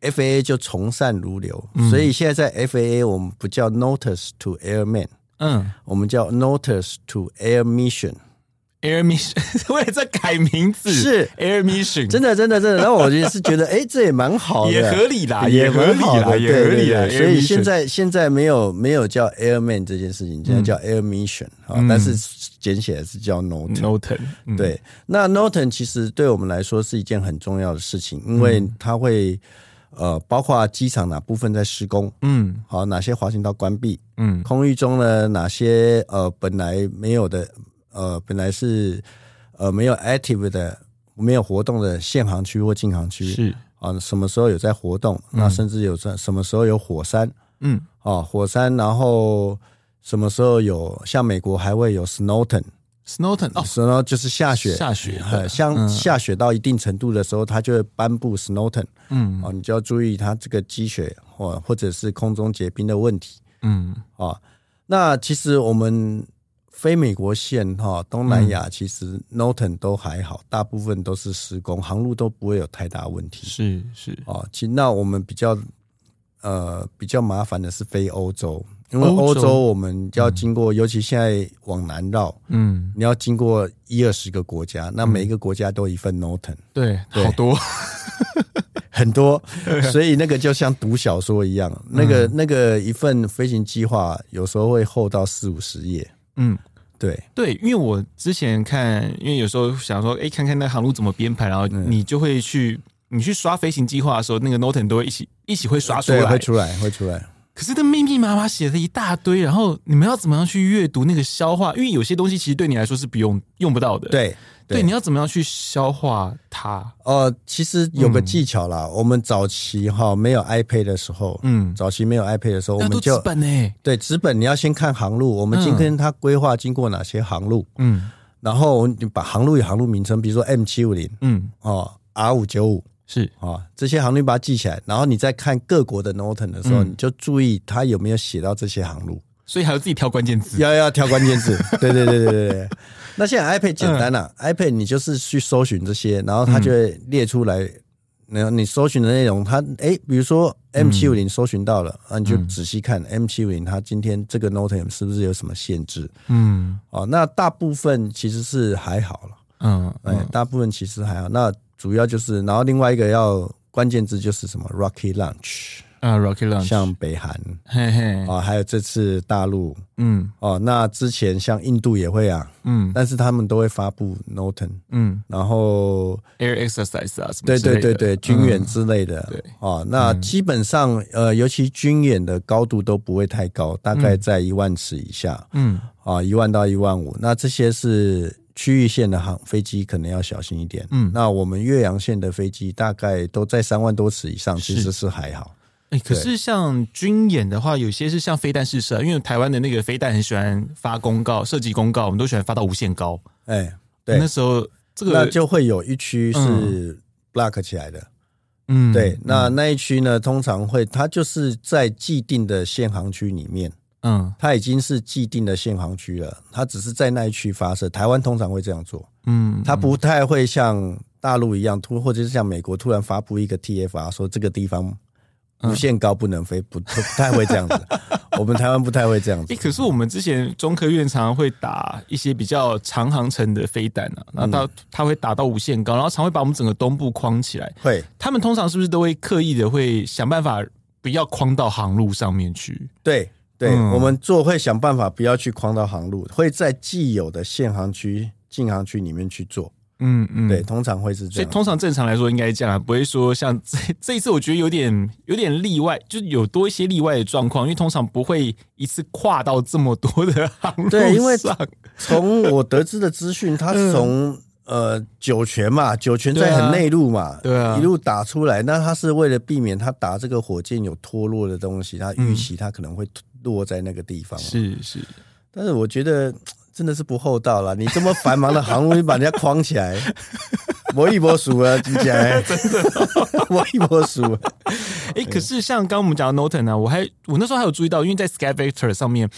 Speaker 3: FAA 就从善如流，
Speaker 2: 嗯
Speaker 3: 所以现在在 FAA 我们不叫 Notice to Airman，
Speaker 2: 嗯
Speaker 3: 我们叫 Notice to Air Mission。
Speaker 2: ，Air Mission，为了 [LAUGHS] 这改名字
Speaker 3: 是
Speaker 2: Air Mission，
Speaker 3: 真的，真的，真的。那我也是觉得，哎、这也蛮好的，
Speaker 2: [LAUGHS] 啊也合理啦，
Speaker 3: 也
Speaker 2: 合
Speaker 3: 蛮
Speaker 2: 理
Speaker 3: 好
Speaker 2: 啦，
Speaker 3: 的，
Speaker 2: 也合
Speaker 3: 对对
Speaker 2: 理啦。啊
Speaker 3: 对
Speaker 2: Air
Speaker 3: 所以
Speaker 2: Mission 嗯
Speaker 3: 现在现在没有没有叫 airman 这件事情，现在叫 air mission 啊、但是简写的是叫 note。
Speaker 2: Norton，嗯
Speaker 3: 对，那 Norton 其实对我们来说是一件很重要的事情，因为
Speaker 2: 嗯
Speaker 3: 它会呃包括机场哪部分在施工，
Speaker 2: 嗯
Speaker 3: 好哪些滑行道关闭，
Speaker 2: 嗯
Speaker 3: 空域中呢哪些呃本来没有的呃本来是呃没有 active 的没有活动的限航区或禁航区，
Speaker 2: 是
Speaker 3: 啊，什么时候有在活动？那甚至有在什么时候有火山
Speaker 2: 嗯
Speaker 3: 啊？火山，然后什么时候有像美国还会有 Snowton，
Speaker 2: Snowton 哦，
Speaker 3: 然后就是下雪，
Speaker 2: 下雪嗯
Speaker 3: 呃，像下雪到一定程度的时候，它就会颁布 Snowton
Speaker 2: 嗯
Speaker 3: 啊，你就要注意它这个积雪或或者是空中结冰的问题
Speaker 2: 嗯
Speaker 3: 啊。那其实我们非美国线哈，东南亚
Speaker 2: 嗯
Speaker 3: 其实 Norton 都还好，大部分都是施工，航路都不会有太大问题。
Speaker 2: 是是
Speaker 3: 哦，其那我们比较呃比较麻烦的是飞欧洲，因为
Speaker 2: 欧
Speaker 3: 欧
Speaker 2: 洲
Speaker 3: 洲我们要经过，尤其现在往南绕，
Speaker 2: 嗯
Speaker 3: 你要经过一二十个国家，那每一个国家都一
Speaker 2: 嗯
Speaker 3: 份 Norton，
Speaker 2: 对
Speaker 3: 对
Speaker 2: 好多 [LAUGHS]
Speaker 3: 很多，所以那个就像读小说一样，那个
Speaker 2: 嗯
Speaker 3: 那个一份飞行计划有时候会厚到四五十页，
Speaker 2: 嗯。
Speaker 3: 对
Speaker 2: [LAUGHS] 对，因为我之前看，因为有时候想说，哎，看看那航路怎么编排，然后你就会去，你去刷飞行计划的时候，那个 Norton 都会一起一起会刷啊出
Speaker 3: 对，
Speaker 2: 来
Speaker 3: 会。出来会出来，
Speaker 2: 可是那密密麻麻写了一大堆，然后你们要怎么样去阅读那个消化？因为有些东西其实对你来说是不用用不到的。
Speaker 3: 对
Speaker 2: 对，你要怎么样去消化它？
Speaker 3: 哦，其实有个技巧啦，我们早期哈没有 iPad 的时候，
Speaker 2: 嗯
Speaker 3: 早期没有 iPad 的时候，我
Speaker 2: 那
Speaker 3: 们
Speaker 2: 都
Speaker 3: 就
Speaker 2: 资本呢？
Speaker 3: 对，纸本你要先看航路，我们今天它规划经过哪些航路，
Speaker 2: 嗯
Speaker 3: 然后你把航路与航路名称，比如说 M 七五零
Speaker 2: 嗯，
Speaker 3: 哦，R 五九五
Speaker 2: 是
Speaker 3: 啊这些航路你把它记起来，然后你在看各国的 Norton 的时候，
Speaker 2: 嗯
Speaker 3: 你就注意它有没有写到这些航路，
Speaker 2: 所以还要自己挑关键字。
Speaker 3: 要要挑关键字。对对对对对对。那现在 iPad 简单了、iPad 你就是去搜寻这些，然后它就会列出来。然后你搜寻的内容，它诶，比如说 M 七五零搜寻到了，啊，你就仔细看 M 七五零，它今天这个 Note 是不是有什么限制？
Speaker 2: 嗯
Speaker 3: 哦，那大部分其实是还好了，
Speaker 2: 嗯
Speaker 3: 哎、大部分其实还好。那主要就是，然后另外一个要关键字就是什么 Rocky Launch
Speaker 2: 啊，Rocky Lunch，
Speaker 3: 像北韩
Speaker 2: 嘿嘿，
Speaker 3: 啊，还有这次大陆
Speaker 2: 嗯
Speaker 3: 哦，那之前像印度也会啊，
Speaker 2: 嗯
Speaker 3: 但是他们都会发布 Noten，
Speaker 2: 嗯
Speaker 3: 然后
Speaker 2: ，Air Exercise 啊，什么
Speaker 3: 对
Speaker 2: 之
Speaker 3: 对
Speaker 2: 类
Speaker 3: 对
Speaker 2: 的
Speaker 3: 对，军演之类的，
Speaker 2: 对嗯
Speaker 3: 哦，那基本上呃，尤其军演的高度都不会太高，大概在一万尺以下
Speaker 2: 嗯
Speaker 3: 啊，一、万到一万五，那这些是。区域线的航飞机可能要小心一点。
Speaker 2: 嗯
Speaker 3: 那我们岳阳线的飞机大概都在三万多尺以上，其实是还好。
Speaker 2: 哎、可是像军演的话，有些是像飞弹试射，啊因为台湾的那个飞弹很喜欢发公告、设计公告，我们都喜欢发到无限高。
Speaker 3: 哎、对，
Speaker 2: 那时候这个
Speaker 3: 那就会有一区是 block 起来的。
Speaker 2: 嗯
Speaker 3: 对，那那一区呢，通常会它就是在既定的限航区里面，
Speaker 2: 嗯
Speaker 3: 它已经是既定的限航区了，它只是在那一区发射。台湾通常会这样做，
Speaker 2: 嗯，
Speaker 3: 它不太会像大陆一样突，或者是像美国突然发布一个 TFR 说这个地方。无限高不能飞，不不不太会
Speaker 2: [LAUGHS]
Speaker 3: 这样子。我们台湾不太会这样
Speaker 2: 哎、
Speaker 3: 子。
Speaker 2: 可是我们之前中科院常常会打一些比较长航程的飞弹啊，
Speaker 3: 嗯
Speaker 2: 然后它、它会打到无限高，然后常会把我们整个东部框起来。
Speaker 3: 会，
Speaker 2: 他们通常是不是都会刻意的会想办法不要框到航路上面去？
Speaker 3: 对对，
Speaker 2: 嗯
Speaker 3: 我们做会想办法不要去框到航路，会在既有的限航区、禁航区里面去做。
Speaker 2: 嗯嗯，
Speaker 3: 对，通常会是这
Speaker 2: 所以
Speaker 3: 样。
Speaker 2: 通常正常来说应该这样啊，不会说像 [LAUGHS] 这这一次，我觉得有点有点例外，就是有多一些例外的状况，因为通常不会一次跨到这么多的航路上。
Speaker 3: 对因为从我得知的资讯，它是从、呃酒泉嘛，酒泉在很内陆嘛，
Speaker 2: 对啊对啊
Speaker 3: 一路打出来。那它是为了避免它打这个火箭有脱落的东西，它预期它可能会落在那个地方。
Speaker 2: [LAUGHS] 是是，
Speaker 3: 但是我觉得真的是不厚道了，你这么繁忙的航路，你把人家框起来，我一波数啊，真的，真的， [LAUGHS] 我一波数。
Speaker 2: 哎、可是像刚刚我们讲的 Noten 啊，我还我那时候还有注意到，因为在 Sky Vector 上面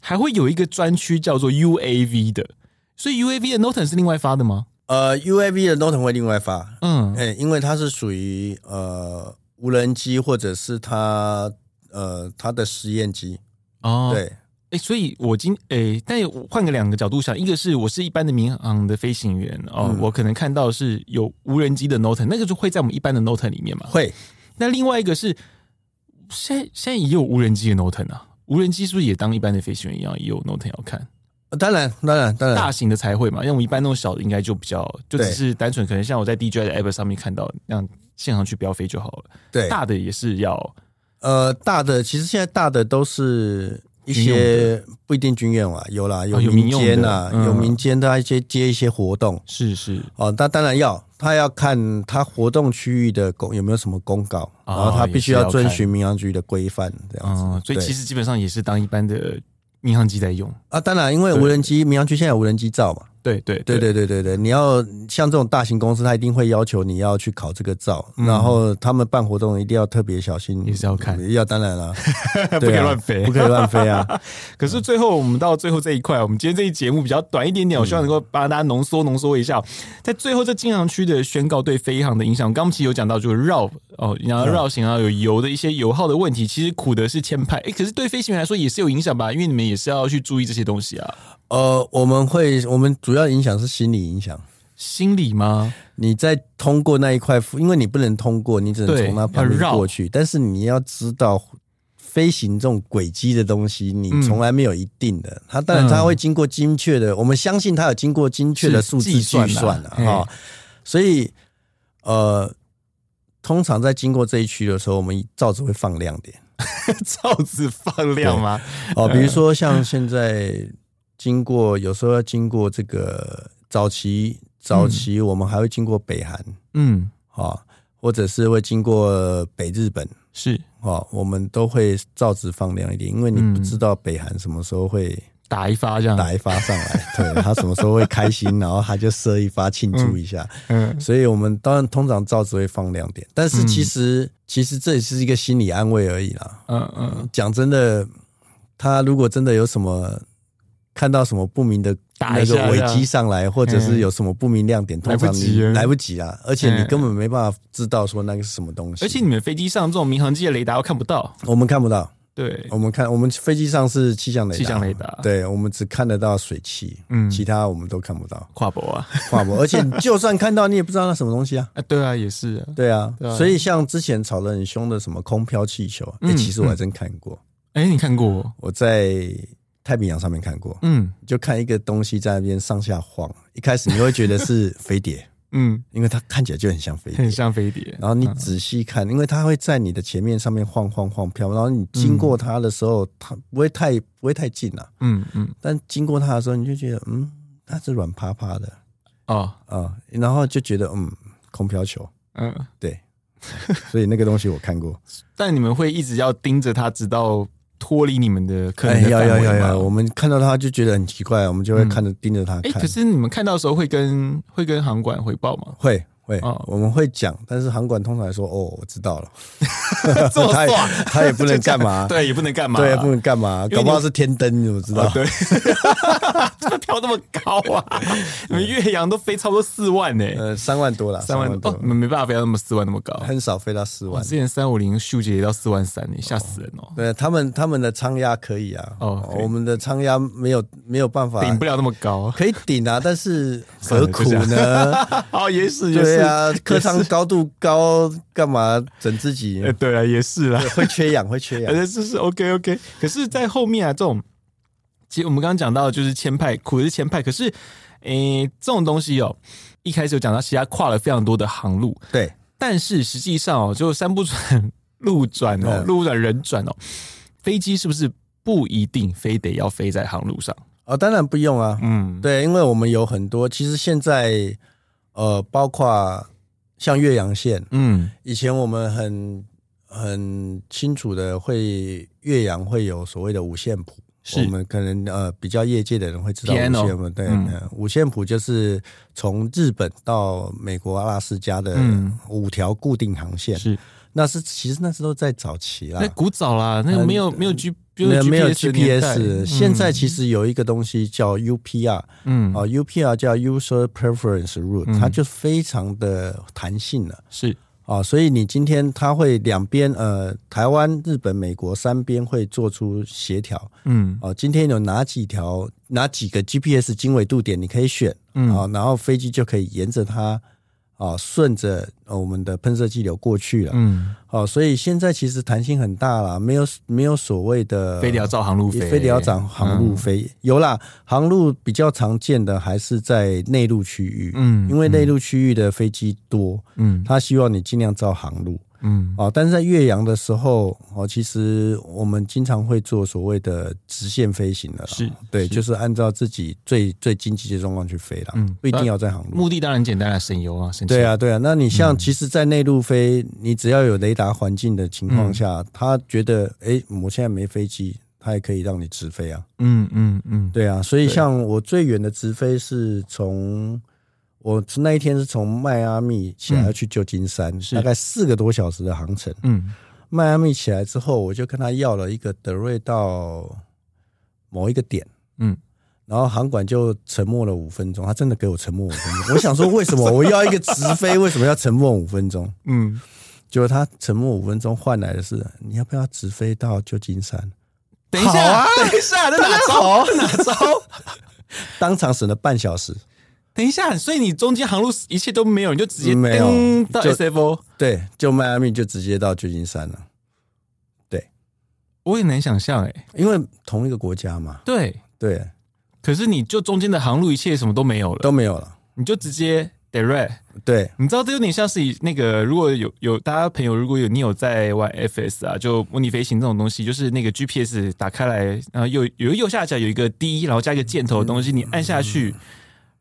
Speaker 2: 还会有一个专区叫做 UAV 的，所以 UAV 的 Noten 是另外发的吗？
Speaker 3: 呃，UAV 的 Note 会另外发，
Speaker 2: 嗯
Speaker 3: 哎、因为它是属于呃无人机或者是它呃它的实验机，
Speaker 2: 哦，
Speaker 3: 对，
Speaker 2: 哎、所以我今哎、但我换个两个角度想，一个是我是一般的民航的飞行员哦，
Speaker 3: 嗯
Speaker 2: 我可能看到是有无人机的 Note，那个就会在我们一般的 Note 里面嘛。
Speaker 3: 会
Speaker 2: 那另外一个是现在现在也有无人机的 Note 啊，无人机是不是也当一般的飞行员一样也有 Note 要看？
Speaker 3: 呃当然当然当
Speaker 2: 大
Speaker 3: 然，
Speaker 2: 型的才会嘛，因为我们一般那种小的应该就比较，就只
Speaker 3: 对
Speaker 2: 是单纯可能像我在 DJI 的 App 上面看到那样。现场去标飞就好了，
Speaker 3: 对，
Speaker 2: 大的也是要
Speaker 3: 呃大的其实现在大的都是一
Speaker 2: 军用哦
Speaker 3: 些不一定军用啊，有啦，有
Speaker 2: 有
Speaker 3: 民
Speaker 2: 民用的
Speaker 3: 间啊，
Speaker 2: 嗯
Speaker 3: 有民间的一些接一些活动
Speaker 2: 是是
Speaker 3: 哦，那当然要。他要看他活动区域的公有没有什么公告，然后他必须
Speaker 2: 哦也是
Speaker 3: 要
Speaker 2: 要
Speaker 3: 遵
Speaker 2: 看
Speaker 3: 循民航局的规范，这样子。
Speaker 2: 嗯，所以
Speaker 3: 对
Speaker 2: 其实基本上也是当一般的民航机在用，
Speaker 3: 啊，当然，因为无人机，民航局现在有无人机照嘛，
Speaker 2: 对对
Speaker 3: 对对对对对，你要像这种大型公司，它一定会要求你要去考这个照，然后他们办活动一定要特别小心，
Speaker 2: 也是要看
Speaker 3: 要当
Speaker 2: [LAUGHS]
Speaker 3: 然啦，不
Speaker 2: 不可以乱飞
Speaker 3: [LAUGHS] 不可以乱飞啊！
Speaker 2: 可是最后我们到最后这一块，我们今天这一节目比较短一点点，我哦希望能够帮大家浓缩浓缩一下，在最后这禁航区的宣告对飞航的影响。我们刚刚其实有讲到，就是绕哦，然后绕行啊，有油的一些油耗的问题，其实苦的是欠派，诶，可是对飞行员来说也是有影响吧，因为你们也是要去注意这些东西啊，
Speaker 3: 呃，我们会，我们主要影响是心理影响。
Speaker 2: 心理吗？
Speaker 3: 你在通过那一块，因为你不能通过，你只能
Speaker 2: 对
Speaker 3: 从它旁边
Speaker 2: 要绕
Speaker 3: 过去。但是你要知道，飞行这种轨迹的东西，你
Speaker 2: 嗯
Speaker 3: 从来没有一定的。它当然它会经过精确的，我们相信它有经过精确的
Speaker 2: 是
Speaker 3: 数字
Speaker 2: 计
Speaker 3: 计
Speaker 2: 算
Speaker 3: 算
Speaker 2: 啊
Speaker 3: 啊
Speaker 2: 嘿
Speaker 3: 哈所以，呃，通常在经过这一区的时候，我们罩子会放亮点
Speaker 2: [LAUGHS] 罩子放亮吗？
Speaker 3: 哦、比如说像现在经过，有时候要经过这个早期，早期我们还会经过北韩。
Speaker 2: 嗯，
Speaker 3: 啊，或者是会经过北日本
Speaker 2: 是
Speaker 3: 啊，我们都会照直放亮一点，因为你不知道北韩什么时候会
Speaker 2: 打一发这样，
Speaker 3: 打一发上来，对他什么时候会开心，然后他就射一发庆祝一下。
Speaker 2: 嗯
Speaker 3: 所以我们当然通常照直会放亮点，但是其实、其实这也是一个心理安慰而已啦。
Speaker 2: 嗯嗯，
Speaker 3: 讲真的，他如果真的有什么。看到什么不明的
Speaker 2: 打
Speaker 3: 那
Speaker 2: 一下嗯
Speaker 3: 个危机上来，或者是有什么不明亮点，通常
Speaker 2: 来不及嗯
Speaker 3: 你
Speaker 2: 了
Speaker 3: 来不及啊，而且你
Speaker 2: 嗯
Speaker 3: 根本没办法知道说那个是什么东西。
Speaker 2: 而且你们飞机上这种民航机的雷达又看不到，
Speaker 3: 我们看不到，
Speaker 2: 对，
Speaker 3: 我们看，我们飞机上是气象雷达，
Speaker 2: 气哦象雷达
Speaker 3: 对我们只看得到水汽，
Speaker 2: 嗯
Speaker 3: 其他我们都看不到
Speaker 2: 跨博啊，
Speaker 3: 跨博，而且你就算看到，你也不知道那什么东西
Speaker 2: [LAUGHS]
Speaker 3: 啊。
Speaker 2: 啊，对啊，也是啊。
Speaker 3: 对啊，
Speaker 2: 对啊
Speaker 3: 所以像之前吵得很凶的什么空飘气球，哎、
Speaker 2: 嗯
Speaker 3: 其实我还真看过，
Speaker 2: 哎，你看过？
Speaker 3: 我在太平洋上面看过，
Speaker 2: 嗯
Speaker 3: 就看一个东西在那边上下晃，一开始你会觉得是
Speaker 2: [LAUGHS]
Speaker 3: 飞碟，
Speaker 2: 嗯，
Speaker 3: 因为它看起来就很像飞碟
Speaker 2: 很，像飞碟。
Speaker 3: 然后你仔细看，因为它会在你的前面上面晃晃晃飘，然后你经过它的时候，它不会太不会太近啊，
Speaker 2: 嗯嗯
Speaker 3: 但经过它的时候，你就觉得嗯，它是软趴趴的
Speaker 2: 哦
Speaker 3: 啊、然后就觉得嗯，空飘球，
Speaker 2: 嗯， [LAUGHS]
Speaker 3: 对，所以那个东西我看过。
Speaker 2: 但你们会一直要盯着它，直到脱离你们的可能的
Speaker 3: 哎要
Speaker 2: 范
Speaker 3: 要
Speaker 2: 围
Speaker 3: 要
Speaker 2: 吗
Speaker 3: 要，我们看到它就觉得很奇怪，我们就会看着盯着它
Speaker 2: 哎，
Speaker 3: 看？
Speaker 2: 可。是你们看到的时候会跟会跟航管回报吗
Speaker 3: [LAUGHS] 会会
Speaker 2: 哦，
Speaker 3: 我们会讲，但是航管通常来说，哦，我知道了，
Speaker 2: 这么
Speaker 3: 他也
Speaker 2: 爽，，
Speaker 3: 他也不能干嘛
Speaker 2: [LAUGHS] 对，也不能干嘛，啊
Speaker 3: 对，啊不能干嘛，
Speaker 2: 因为你哦
Speaker 3: 搞不好是天灯，你怎么知道？
Speaker 2: 对，怎么跳那么高
Speaker 3: [LAUGHS]
Speaker 2: 啊？你们岳阳都飞超过四万呢、
Speaker 3: 呃，三万多了，
Speaker 2: 三万
Speaker 3: 多
Speaker 2: 哦，，你们没办法飞到那么四万那么高。
Speaker 3: 很少飞到四
Speaker 2: 哇，
Speaker 3: 万
Speaker 2: 之。前三五零秀姐也到四万三呢，吓死人哦，
Speaker 3: 对他们，他们的仓压可以啊，
Speaker 2: 哦可以
Speaker 3: 我们的仓压没有没有办法，
Speaker 2: 顶不了那么高。
Speaker 3: 可以顶啊，但
Speaker 2: [LAUGHS]
Speaker 3: 是
Speaker 2: 算了
Speaker 3: 何
Speaker 2: 就
Speaker 3: 苦
Speaker 2: 这样
Speaker 3: 呢？
Speaker 2: [LAUGHS] 哦，也是，也
Speaker 3: [LAUGHS] 对
Speaker 2: 是，
Speaker 3: 啊，客舱高度高，干嘛整自己
Speaker 2: 呃，？ [LAUGHS] 对啊，也是啦。
Speaker 3: 会缺氧，会缺氧
Speaker 2: 反。正就是 OK OK。可是，在后面啊，这种其实我们刚刚讲到的就是签派，苦的是签派，可是诶、这种东西哦，一开始有讲到，其实它跨了非常多的航路，
Speaker 3: 对，
Speaker 2: 但是实际上哦，就山不转路转哦，
Speaker 3: 嗯
Speaker 2: 路转人转哦，飞机是不是不一定非得要飞在航路上？
Speaker 3: 哦，当然不用啊。
Speaker 2: 嗯，
Speaker 3: 对，因为我们有很多，其实现在呃，包括像岳阳线，
Speaker 2: 嗯，
Speaker 3: 以前我们很很清楚的会岳阳会有所谓的五线谱，
Speaker 2: 是
Speaker 3: 我们可能呃比较业界的人会知道五
Speaker 2: Piano，
Speaker 3: 线谱，对，
Speaker 2: 嗯
Speaker 3: 呃五线谱就是从日本到美国阿拉斯加的
Speaker 2: 嗯
Speaker 3: 五条固定航线，
Speaker 2: 是。
Speaker 3: 那是其实那时候在早期啦
Speaker 2: 那。古早啦，那个没有没有 G 没
Speaker 3: 嗯没有
Speaker 2: GPS 的年代
Speaker 3: GPS，现在
Speaker 2: 嗯
Speaker 3: 其实有一个东西叫 UPR，
Speaker 2: 嗯
Speaker 3: 哦，UPR 叫 User Preference Rule，、
Speaker 2: 嗯
Speaker 3: 它就非常的弹性了
Speaker 2: 是
Speaker 3: 哦，所以你今天它会两边呃，台湾、日本、美国三边会做出协调
Speaker 2: 嗯
Speaker 3: 哦。今天有哪几条、哪几个 GPS 经纬度点你可以选
Speaker 2: 嗯
Speaker 3: 哦，然后飞机就可以沿着它哦，顺着呃我们的喷射气流过去了、
Speaker 2: 嗯，
Speaker 3: 哦。所以现在其实弹性很大啦，没有没有所谓的
Speaker 2: 飞得要嗯照航路
Speaker 3: 也
Speaker 2: 飞，
Speaker 3: 非得要长航路飞、有啦，航路比较常见的还是在内陆区域，
Speaker 2: 嗯
Speaker 3: 因为内陆区域的飞机多，
Speaker 2: 嗯
Speaker 3: 他希望你尽量造航路
Speaker 2: 嗯
Speaker 3: 哦。但是在岳阳的时候哦，其实我们经常会做所谓的直线飞行的啦，
Speaker 2: 是
Speaker 3: 对，
Speaker 2: 是
Speaker 3: 就是按照自己最最经济的状况去飞啦，
Speaker 2: 嗯
Speaker 3: 不一定要在航路。
Speaker 2: 目的嗯当然简单了，省油啊，省钱
Speaker 3: 对，啊，对啊，那你像其实，在内陆飞，你只要有雷达环境的情
Speaker 2: 嗯
Speaker 3: 况下，他觉得，哎，我现在没飞机，他也可以让你直飞啊。
Speaker 2: 嗯嗯嗯，
Speaker 3: 对啊，所以
Speaker 2: 对
Speaker 3: 像我最远的直飞是从我那一天是从迈阿密起来要去旧金山，
Speaker 2: 嗯是
Speaker 3: 大概四个多小时的航程。
Speaker 2: 嗯
Speaker 3: 迈阿密起来之后，我就跟他要了一个德瑞到某一个点，
Speaker 2: 嗯，
Speaker 3: 然后航管就沉默了五分钟，他真的给我沉默五分
Speaker 2: [LAUGHS]
Speaker 3: 钟。我想说，为什么我要一个直飞，为什么要沉默五分钟？
Speaker 2: 嗯，
Speaker 3: 结果他沉默五分钟换来的是，你要不要直飞到旧金山？
Speaker 2: 等一下，
Speaker 3: 好啊
Speaker 2: [LAUGHS] 等一下，在哪招？
Speaker 3: 好，哪招？当场省了半小时。
Speaker 2: 等一下，所以你中间航路一切都没有，你就直接
Speaker 3: 没有
Speaker 2: 噔到
Speaker 3: 就
Speaker 2: SFO。
Speaker 3: 对，就迈阿密就直接到旧金山了。对，
Speaker 2: 我也难想象哎、
Speaker 3: 因为同一个国家嘛，
Speaker 2: 对，
Speaker 3: 对，
Speaker 2: 可是你就中间的航路一切什么都没有了，
Speaker 3: 都没有了。
Speaker 2: 你就直接 direct。
Speaker 3: 对，
Speaker 2: 你知道，这有点像是以那个，如果有有大家朋友，如果有你有在玩 FS 啊，就模拟飞行这种东西，就是那个 GPS 打开来，然后右有右下角有一个 D，然后加一个箭头的东西，你按下去，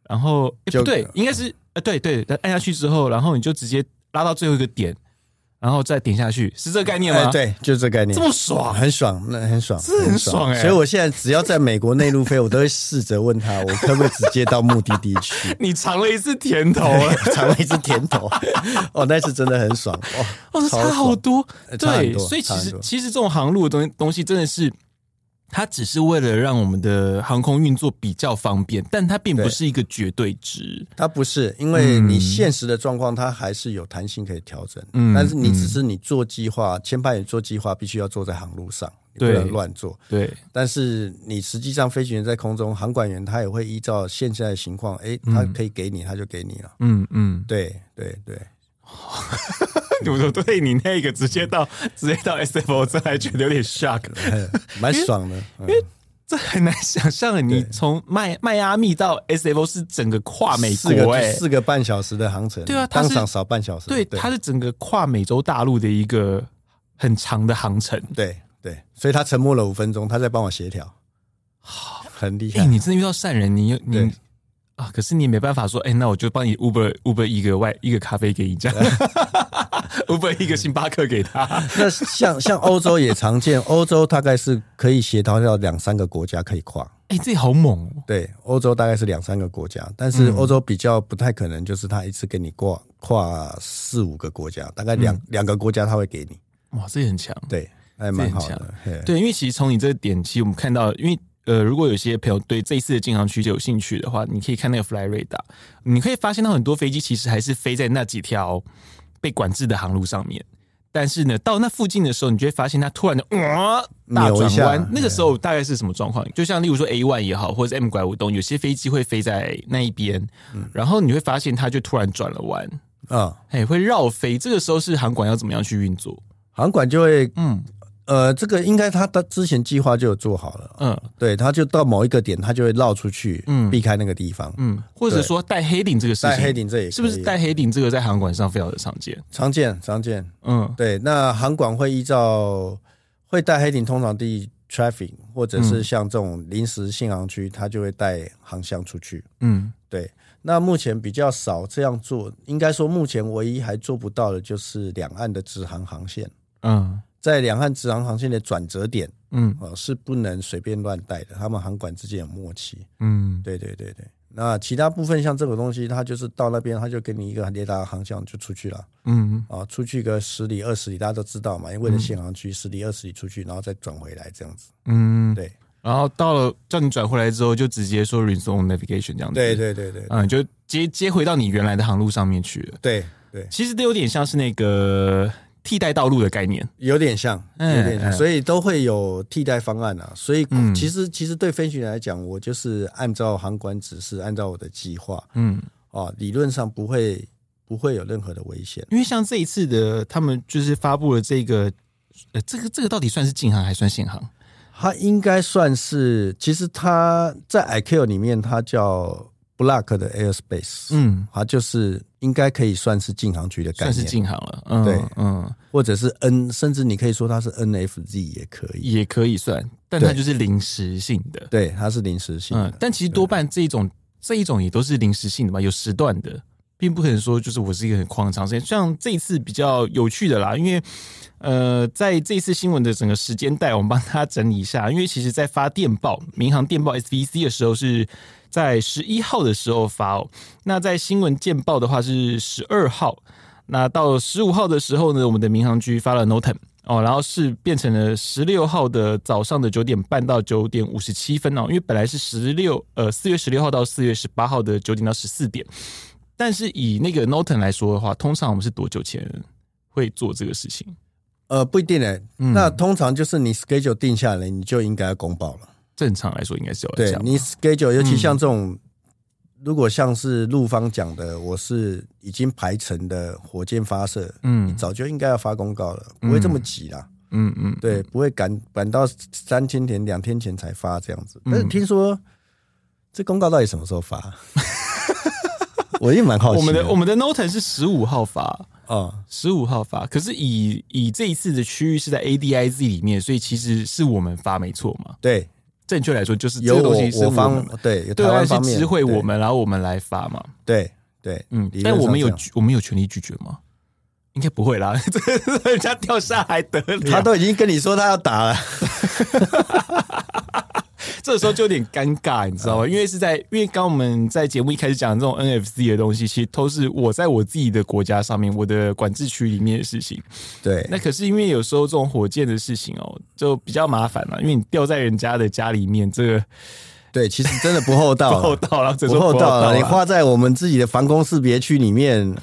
Speaker 2: 然后、诶
Speaker 3: 嗯就
Speaker 2: 不对，应该是呃对对，按下去之后，然后你就直接拉到最后一个点，然后再点下去，是这个概念吗？
Speaker 3: 哎，，对，就是这概念，
Speaker 2: 这么爽
Speaker 3: 很爽，那很爽，
Speaker 2: 真的很爽哎
Speaker 3: 所以我现在只要在美国内陆飞，我都会试着问他，我可不可以直接到目的地
Speaker 2: [LAUGHS]。
Speaker 3: 去
Speaker 2: 你尝了一次甜头啊了，
Speaker 3: 尝了一只甜头， [LAUGHS] 哦，那次真的很爽，
Speaker 2: 哦，
Speaker 3: 超
Speaker 2: 差好
Speaker 3: 爽
Speaker 2: 多，
Speaker 3: 呃差很
Speaker 2: 对，
Speaker 3: 多
Speaker 2: 所以其
Speaker 3: 差很
Speaker 2: 实
Speaker 3: 多
Speaker 2: 其实这种航路的东东西真的是它只是为了让我们的航空运作比较方便，但它并不
Speaker 3: 对
Speaker 2: 是一个绝对值。
Speaker 3: 它不是，因为
Speaker 2: 嗯
Speaker 3: 你现实的状况，它还是有弹性可以调整。
Speaker 2: 嗯
Speaker 3: 但是你只是你做计划，签派你做计划，必须要做在航路上，你不
Speaker 2: 对
Speaker 3: 能乱做。
Speaker 2: 对，
Speaker 3: 但是你实际上飞行员在空中，航管员他也会依照现在的情况，诶，他可以给你，他就给你了。
Speaker 2: 嗯嗯，
Speaker 3: 对对对， [LAUGHS]
Speaker 2: 我都对你那个直接 [LAUGHS] 到直接到 SFO，这还觉得有点 shock，
Speaker 3: 哎蛮爽的。嗯
Speaker 2: 这很难想象。你
Speaker 3: 对
Speaker 2: 从迈迈阿密到 SFO 是整个跨美
Speaker 3: 四个
Speaker 2: 国哎、
Speaker 3: 四个半小时的航程，
Speaker 2: 对啊它
Speaker 3: 当
Speaker 2: 是
Speaker 3: 场少半小时。
Speaker 2: 对，它是整个跨美洲大陆的一个很长的航程。
Speaker 3: 对对，所以他沉默了五分钟，他在帮我协调，很厉
Speaker 2: 哎、
Speaker 3: 害。
Speaker 2: 你真的遇到善人，你你
Speaker 3: 啊对
Speaker 2: 啊，可是你也没办法说，哎、那我就帮你 Uber Uber 一个外一个咖啡给你这样 [LAUGHS] ，Uber 一个星巴克给他。
Speaker 3: [LAUGHS] [LAUGHS] 那像像欧洲也常见，欧洲大概是可以协调到两三个国家可以跨。
Speaker 2: 哎、这好猛哦！
Speaker 3: 对，欧洲大概是两三个国家，但
Speaker 2: 嗯
Speaker 3: 是欧洲比较不太可能，就是他一次给你跨跨四五个国家，大概
Speaker 2: 嗯
Speaker 3: 两两、个国家他会给你。
Speaker 2: 哇，这也很强。
Speaker 3: 对，还蛮好
Speaker 2: 这很
Speaker 3: 的。嘿
Speaker 2: 对，因为其实从你这个点，其实我们看到，因为呃，如果有些朋友对这一次的禁航区有兴趣的话，你可以看那个 Fly r a d a 你可以发现到很多飞机其实还是飞在那几条被管制的航路上面。但是呢，到那附近的时候，你就会发现它突然的哇、大
Speaker 3: 扭一
Speaker 2: 转
Speaker 3: 下
Speaker 2: 弯。那个时候大概是什么状况？就像例如说 A one 也好，或者是 M 拐五东，有些飞机会飞在那一边，
Speaker 3: 嗯
Speaker 2: 然后你会发现它就突然转了弯，
Speaker 3: 啊，
Speaker 2: 哎，会绕飞。这个时候是航管要怎么样去运作？
Speaker 3: 航管就会
Speaker 2: 嗯
Speaker 3: 呃，这个应该他他之前计划就有做好了。
Speaker 2: 嗯，
Speaker 3: 对，他就到某一个点，他就会绕出去，
Speaker 2: 嗯
Speaker 3: 避开那个地方。
Speaker 2: 嗯，或者
Speaker 3: 对
Speaker 2: 说戴黑领这个事情，
Speaker 3: 戴黑顶这也可以
Speaker 2: 是不是戴黑领这个在航管上非常的常见？
Speaker 3: 常见常见？
Speaker 2: 嗯
Speaker 3: 对，那航管会依照会带黑顶，通常第 traffic 或者
Speaker 2: 嗯
Speaker 3: 是像这种临时信航区，它就会带航向出去。
Speaker 2: 嗯
Speaker 3: 对，那目前比较少这样做，应该说目前唯一还做不到的就是两岸的直航航线，
Speaker 2: 嗯
Speaker 3: 在两岸直航航线的转折点，
Speaker 2: 嗯
Speaker 3: 呃，是不能随便乱带的，他们航管之间有默契。
Speaker 2: 嗯，
Speaker 3: 对对对对，那其他部分像这个东西，它就是到那边，它就给你一个雷达航向就出去了
Speaker 2: 嗯
Speaker 3: 啊，出去个十里二十里，大家都知道嘛，因为为了限航区，十里二十里出去，然后再转回来这样子。
Speaker 2: 嗯，
Speaker 3: 对
Speaker 2: 然后到了叫你转回来之后，就直接说 resume navigation 这样子，
Speaker 3: 对，对对对
Speaker 2: 嗯，就接接回到你原来的航路上面去了。
Speaker 3: 对对，
Speaker 2: 其实都有点像是那个替代道路的概念，
Speaker 3: 有点像，有
Speaker 2: 嗯
Speaker 3: 点像，
Speaker 2: 嗯
Speaker 3: 所以都会有替代方案啊。所以
Speaker 2: 嗯
Speaker 3: 其实其实对飞行员来讲，我就是按照航管指示，按照我的计划
Speaker 2: 嗯。
Speaker 3: 啊，理论上不会不会有任何的危险。
Speaker 2: 因为像这一次的，他们就是发布了这个，呃，这个这个到底算是禁航还算限航？
Speaker 3: 它应该算是，其实它在 IQ 里面，它叫 Block 的 Airspace，，
Speaker 2: 嗯，
Speaker 3: 它就是应该可以算是禁航区的概
Speaker 2: 算是
Speaker 3: 念，
Speaker 2: 禁航了。嗯，
Speaker 3: 对
Speaker 2: 嗯，
Speaker 3: 或者是 N，甚至你可以说它是 NFZ 也可以，
Speaker 2: 也可以算，但它
Speaker 3: 对
Speaker 2: 就是临时性的。
Speaker 3: 对，它是临时性的，
Speaker 2: 嗯，但其实多半这一种这一种也都是临时性的嘛，有时段的，并不可能说就是我是一个很旷的长时间。像这一次比较有趣的啦，因为呃，在这一次新闻的整个时间带，我们帮大家整理一下，因为其实在发电报，民航电报 SVC 的时候是在十一号的时候发哦，那在新闻见报的话是十二号。那到十五号的时候呢，我们的民航局发了 Notem 哦，然后是变成了十六号的早上的九点半到九点五十七分哦，因为本来是十六呃四月十六号到四月十八号的九点到十四点，但是以那个 Notem 来说的话，通常我们是多久前会做这个事情？
Speaker 3: 呃，不一定诶、
Speaker 2: 嗯
Speaker 3: 那通常就是你 schedule 定下来，你就应该要公报了。
Speaker 2: 正常来说应该是要这
Speaker 3: 对
Speaker 2: 呃样吧，嗯
Speaker 3: 你 schedule，尤其像这种，如果像是陆方讲的，我是已经排程的火箭发射，
Speaker 2: 嗯
Speaker 3: 早就应该要发公告了，不会这么急啦。
Speaker 2: 嗯嗯，
Speaker 3: 对，不会赶赶到三天前、两天前才发这样子。
Speaker 2: 嗯
Speaker 3: 但是听说、这公告到底什么时
Speaker 2: [LAUGHS]
Speaker 3: 候发？我也蛮好奇啊
Speaker 2: 我们的我
Speaker 3: 们
Speaker 2: 们的 Notem 是十五号发，
Speaker 3: 啊、
Speaker 2: 十五号发，可是以以这一次的区域是在 ADIZ 里面，所以其实是我们发没错嘛。
Speaker 3: 对，
Speaker 2: 正确来说就是这
Speaker 3: 有
Speaker 2: 个
Speaker 3: 我
Speaker 2: 东西是
Speaker 3: 我
Speaker 2: 们
Speaker 3: 方对有
Speaker 2: 对
Speaker 3: 台
Speaker 2: 啊，
Speaker 3: 湾
Speaker 2: 是
Speaker 3: 方面
Speaker 2: 知会
Speaker 3: 对
Speaker 2: 我们，然后我们来发嘛。
Speaker 3: 对对，
Speaker 2: 嗯
Speaker 3: 理，论
Speaker 2: 但我们有
Speaker 3: 上这样
Speaker 2: 拒我们有权利拒绝吗？应该不会啦， [LAUGHS] 这 [LAUGHS] 人家掉下来得了。
Speaker 3: 他都已经跟你说他要打了，
Speaker 2: 这时候就有点尴尬，你知
Speaker 3: 嗯
Speaker 2: 道吗？因为是在因为刚刚我们在节目一开始讲的这种 NFC 的东西，其实都是我在我自己的国家上面，我的管制区里面的事情。
Speaker 3: [LAUGHS] 对
Speaker 2: 那可是因为有时候这种火箭的事情哦，就比较麻烦了，因为你掉在人家的家里面，这个
Speaker 3: 对，其实真的不厚道
Speaker 2: [LAUGHS] 不
Speaker 3: 啊，
Speaker 2: 厚道啊了，这
Speaker 3: 不厚道
Speaker 2: 了。
Speaker 3: 了。你花在我们自己的防空识别区里面，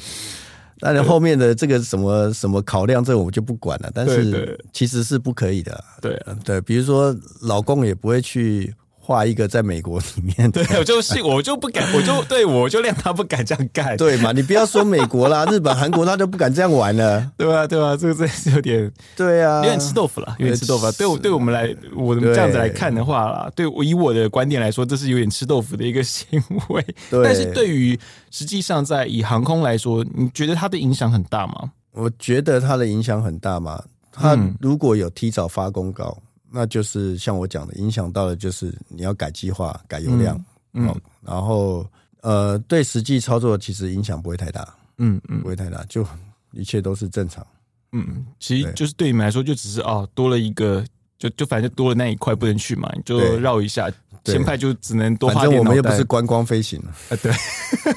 Speaker 3: 当然后面的这个什么什么考量，这我们就不管了。但
Speaker 2: 对对
Speaker 3: 是其实是不可以的。
Speaker 2: 对啊，
Speaker 3: 对，比如说老公也不会去画一个在美国里面的。
Speaker 2: 对，我就是我就不敢，我就对我就让他不敢这样干。
Speaker 3: 对嘛？你不要说美国啦，日本、韩国他都不敢这样玩了。
Speaker 2: [LAUGHS] 对啊，对啊，这个真是有点
Speaker 3: 对啊，
Speaker 2: 有点吃豆腐了，有点吃豆腐啦。啊对我对我们来，我们
Speaker 3: 对
Speaker 2: 这样子来看的话啦，对我以我的观点来说，这是有点吃豆腐的一个行为。
Speaker 3: [LAUGHS] 对
Speaker 2: 但是对于实际上在以航空来说，你觉得它的影响很大吗？
Speaker 3: 我觉得它的影响很大嘛。它
Speaker 2: 嗯
Speaker 3: 如果有提早发公告，那就是像我讲的，影响到的就是你要改计划、改油量，
Speaker 2: 嗯
Speaker 3: 哦然后呃，对实际操作其实影响不会太大，
Speaker 2: 嗯嗯
Speaker 3: 不会太大，就一切都是正常。
Speaker 2: 嗯，其实
Speaker 3: 对
Speaker 2: 就是对你们来说，就只是哦，多了一个。就就反正就多了那一块不能去嘛，你就
Speaker 3: 对
Speaker 2: 绕一下，
Speaker 3: 对
Speaker 2: 前排就只能多
Speaker 3: 反
Speaker 2: 花
Speaker 3: 正
Speaker 2: 点
Speaker 3: 我
Speaker 2: 脑
Speaker 3: 们又不
Speaker 2: 袋
Speaker 3: 是观光飞行，
Speaker 2: 啊，对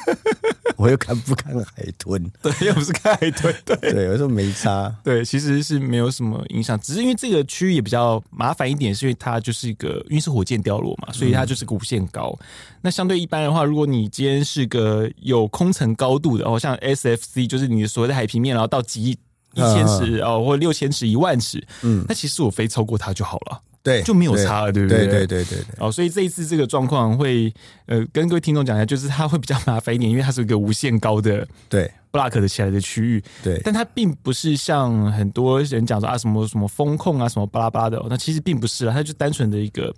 Speaker 3: [LAUGHS] 我又看不看海豚？
Speaker 2: 对，又不是开对对，
Speaker 3: 对，我说没差。
Speaker 2: 对，其实是没有什么影响，只是因为这个区域也比较麻烦一点，是因为它就是一个，因为是火箭掉落嘛，所以它
Speaker 3: 嗯
Speaker 2: 就是个无限高。那相对一般的话，如果你今天是个有空层高度的，哦，像 SFC，就是你所谓的海平面，然后到几
Speaker 3: 嗯
Speaker 2: 一千尺哦，或六千尺、一万尺，嗯，那其实我飞超过它就好了。
Speaker 3: 对，
Speaker 2: 就没有差了对不对
Speaker 3: 对？对对对对
Speaker 2: 哦，所以这一次这个状况会，呃，跟各位听众讲一下，就是它会比较麻烦一点，因为它是一个无限高的
Speaker 3: 对
Speaker 2: block 的起来的区域，
Speaker 3: 对
Speaker 2: 但它并不是像很多人讲说啊什么什么风控啊什么巴拉巴拉的哦、那其实并不是啊，它就单纯的一个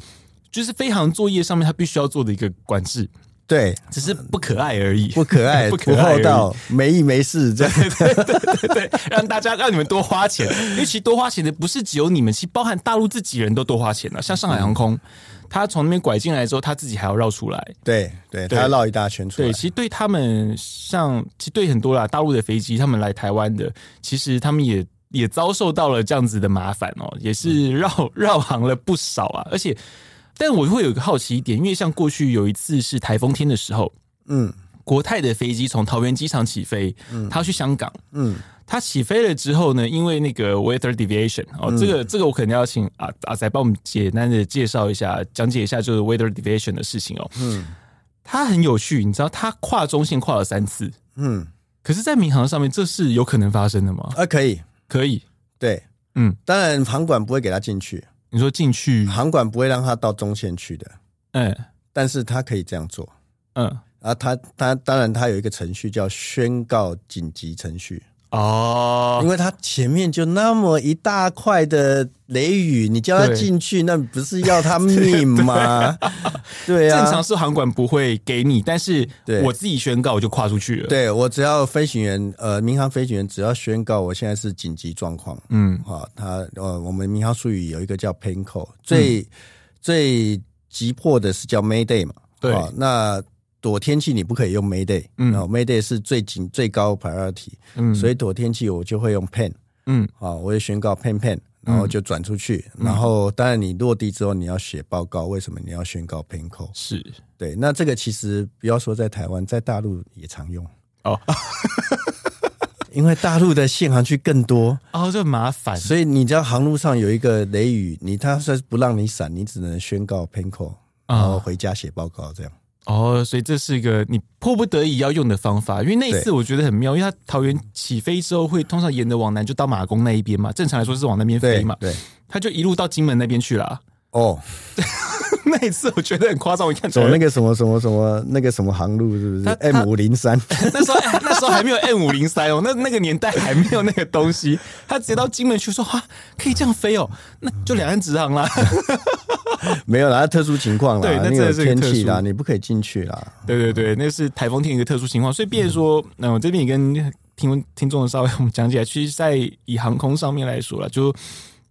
Speaker 2: 就是飞行作业上面它必须要做的一个管制，
Speaker 3: 对，
Speaker 2: 只是不可爱而已，
Speaker 3: 不可爱，
Speaker 2: 不
Speaker 3: 不
Speaker 2: 可爱而已
Speaker 3: 厚道，没意没事，这样
Speaker 2: [LAUGHS] 对，让大家让你们多花
Speaker 3: [LAUGHS]
Speaker 2: 钱，因为其实多花钱的不是只有你们，其实包含大陆自己人都多花钱啊了、像上海航
Speaker 3: 嗯
Speaker 2: 空，它从那边拐进来之后，它自己还要绕出来，
Speaker 3: 对对，他绕一大圈出来
Speaker 2: 对，。其实对他们像，其实对很多啦，大陆的飞机，他们来台湾的，其实他们也也遭受到了这样子的麻烦哦，也是绕 [LAUGHS] 绕行了不少啊。而且，但我会有一个好奇一点，因为像过去有一次是台风天的时候，
Speaker 3: 嗯
Speaker 2: 国泰的飞机从桃园机场起飞，它要去香港，
Speaker 3: 嗯，
Speaker 2: 它起飞了之后呢，因为那个 weather deviation 哦，这个这个我可能要请阿阿仔帮我们简单的介绍一下，讲解一下就是 weather deviation 的事情哦。嗯，它很有趣，你知道它跨中线跨了三次，
Speaker 3: 嗯，
Speaker 2: 可是，在民航上面这是有可能发生的吗？
Speaker 3: 啊，可以，
Speaker 2: 可以，
Speaker 3: 对，
Speaker 2: 嗯，
Speaker 3: 当然航管不会给他进去，
Speaker 2: 你说进去，
Speaker 3: 航管不会让他到中线去的，
Speaker 2: 嗯
Speaker 3: 但是他可以这样做
Speaker 2: 嗯，
Speaker 3: 啊，他他当然他有一个程序叫宣告紧急程序，因
Speaker 2: 哦，
Speaker 3: 为他前面就那么一大块的雷雨，你叫他
Speaker 2: 对
Speaker 3: 进去，那不是要他命
Speaker 2: [LAUGHS]
Speaker 3: 吗？对
Speaker 2: 正
Speaker 3: 啊
Speaker 2: 常，是航管不会给你，但是
Speaker 3: 对
Speaker 2: 我自己宣告我就跨出去了。，
Speaker 3: 对我只要飞行员，呃，民航飞行员只要宣告我现在是紧急状况，
Speaker 2: 嗯
Speaker 3: 啊，它呃，我们民航术语有一个叫 pain call，最、
Speaker 2: 嗯
Speaker 3: 最急迫的是叫 Mayday 嘛，
Speaker 2: 对
Speaker 3: 啊那躲天气你不可以用 Mayday，
Speaker 2: 嗯
Speaker 3: 然后 Mayday 是最紧最高 priority，
Speaker 2: 嗯，
Speaker 3: 所
Speaker 2: 以
Speaker 3: 以躲天气我就会用 pain
Speaker 2: 嗯
Speaker 3: 啊，我也宣告 pain pain，然后就转出去，然后当然你落地之后你要写报告，为什么你要宣告 pain call？
Speaker 2: 是
Speaker 3: 对，那这个其实不要说在台湾，在大陆也常用，
Speaker 2: 哦
Speaker 3: [LAUGHS] 因为大陆的限航区更多。
Speaker 2: 哦，这麻烦，
Speaker 3: 所以你知道航路上有一个雷雨，你他算是不让你闪，你只能宣告 p a n c o
Speaker 2: 啊
Speaker 3: 然后回家写报告这样。
Speaker 2: 哦，所以这是一个你迫不得已要用的方法，因为那一次
Speaker 3: 对
Speaker 2: 我觉得很妙，因为它桃园起飞之后会通常沿着往南就到马公那一边嘛，正常来说是往那边飞
Speaker 3: 对
Speaker 2: 嘛，
Speaker 3: 对，
Speaker 2: 它就一路到金门那边去了啊。
Speaker 3: 哦，
Speaker 2: [LAUGHS] 那一次我觉得很夸张，我一看哎
Speaker 3: 走那个什么什么什么那个什么航路是不是
Speaker 2: 他他
Speaker 3: M 五
Speaker 2: [LAUGHS]
Speaker 3: 零三？
Speaker 2: 那时候、哎那时候还没有 M 五零三哦，那那个年代还没有那个东西，他直接到金门去说哇，可以这样飞哦，那就两岸直航啦。
Speaker 3: 没有啦，特殊情况
Speaker 2: 对那
Speaker 3: 啦，
Speaker 2: 真
Speaker 3: 因
Speaker 2: 的
Speaker 3: 为有
Speaker 2: 是个
Speaker 3: 天
Speaker 2: 特
Speaker 3: 气啦，
Speaker 2: 殊
Speaker 3: 你不可以进去啦。
Speaker 2: 对对对，那是台风天一个特殊情况，所以变成说，嗯，我这边也跟听听众稍微我们讲解，其实，在以航空上面来说了，就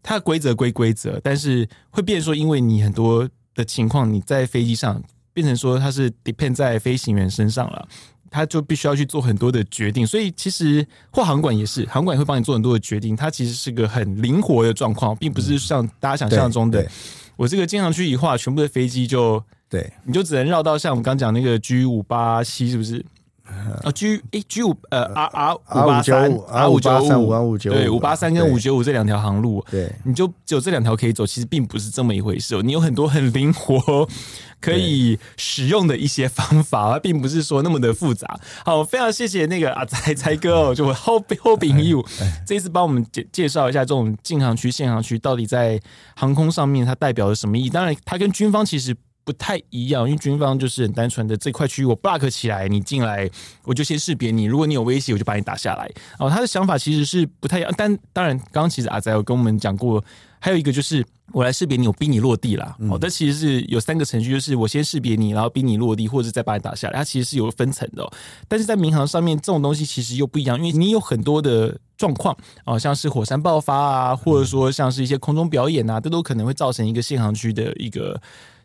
Speaker 2: 它的规则归规则，但是会变成说，因为你很多的情况，你在飞机上变成说它是 depend 在飞行员身上了。他就必须要去做很多的决定，所以其实或航管也是，航管也会帮你做很多的决定。它其实是个很灵活的状况，并不是像大家想象中的
Speaker 3: 对对
Speaker 2: 我这个经常去一化，全部的飞机就
Speaker 3: 对，
Speaker 2: 你就只能绕到像我们刚讲那个 G 五八七是不是？啊，G 诶 G 五呃 R R 八三
Speaker 3: R
Speaker 2: 五
Speaker 3: 五
Speaker 2: 九
Speaker 3: 九
Speaker 2: 五
Speaker 3: 五 R 五九五
Speaker 2: 对五八三跟
Speaker 3: 对
Speaker 2: 五九五这两条航路，
Speaker 3: 对
Speaker 2: 你就只有这两条可以走，其实并不是这么一回事哦。你有很多很灵活可以使用的一些方法，它并不是说那么的复杂。好，非常谢谢那个阿才才哥哦，就我后 [LAUGHS] 后饼义务，这一次帮我们介介绍一下这种禁航区、限航区到底在航空上面它代表了什么意义。当然，它跟军方其实。不太一样，因为军方就是很单纯的这块区域我 block 起来，你进来我就先识别你，如果你有威胁，我就把你打下来。哦，他的想法其实是不太一样，但当然，刚刚其实阿仔有跟我们讲过，还有一个就是我来识别你，我逼你落地啦。哦，但其实是有三个程序，就是我先识别你，然后逼你落地，或者再把你打下来。它其实是有分层的、哦，但是在民航上面这种东西其实又不一样，因为你有很多的状况哦，像是火山爆发啊，或者说像是一些空中表演啊，这都可能会造成一个限航区的一个。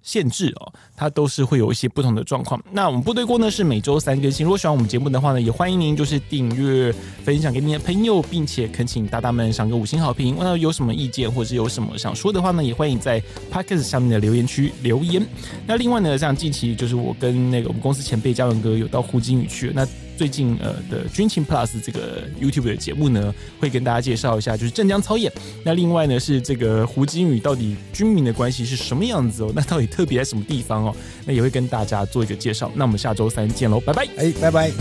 Speaker 2: 限制哦，它都是会有一些不同的状况。那我们部队锅呢是每周三更新，如果喜欢我们节目的话呢，也欢迎您就是订阅、分享给您的朋友，并且恳请大大们赏个五星好评。那有什么意见或者是有什么想说的话呢，也欢迎在 Podcast 下面的留言区留言。那另外呢，像近期就是我跟那个我们公司前辈嘉文哥有到胡金宇去，那最近呃的军情 Plus 这个 YouTube 的节目呢，会跟大家介绍一下，就是镇江操演。那另外呢是这个胡金宇到底军民的关系是什么样子哦？那到底特别在什么地方哦？那也会跟大家做一个介绍。那我们下周三见喽，拜拜。
Speaker 3: 哎，拜拜。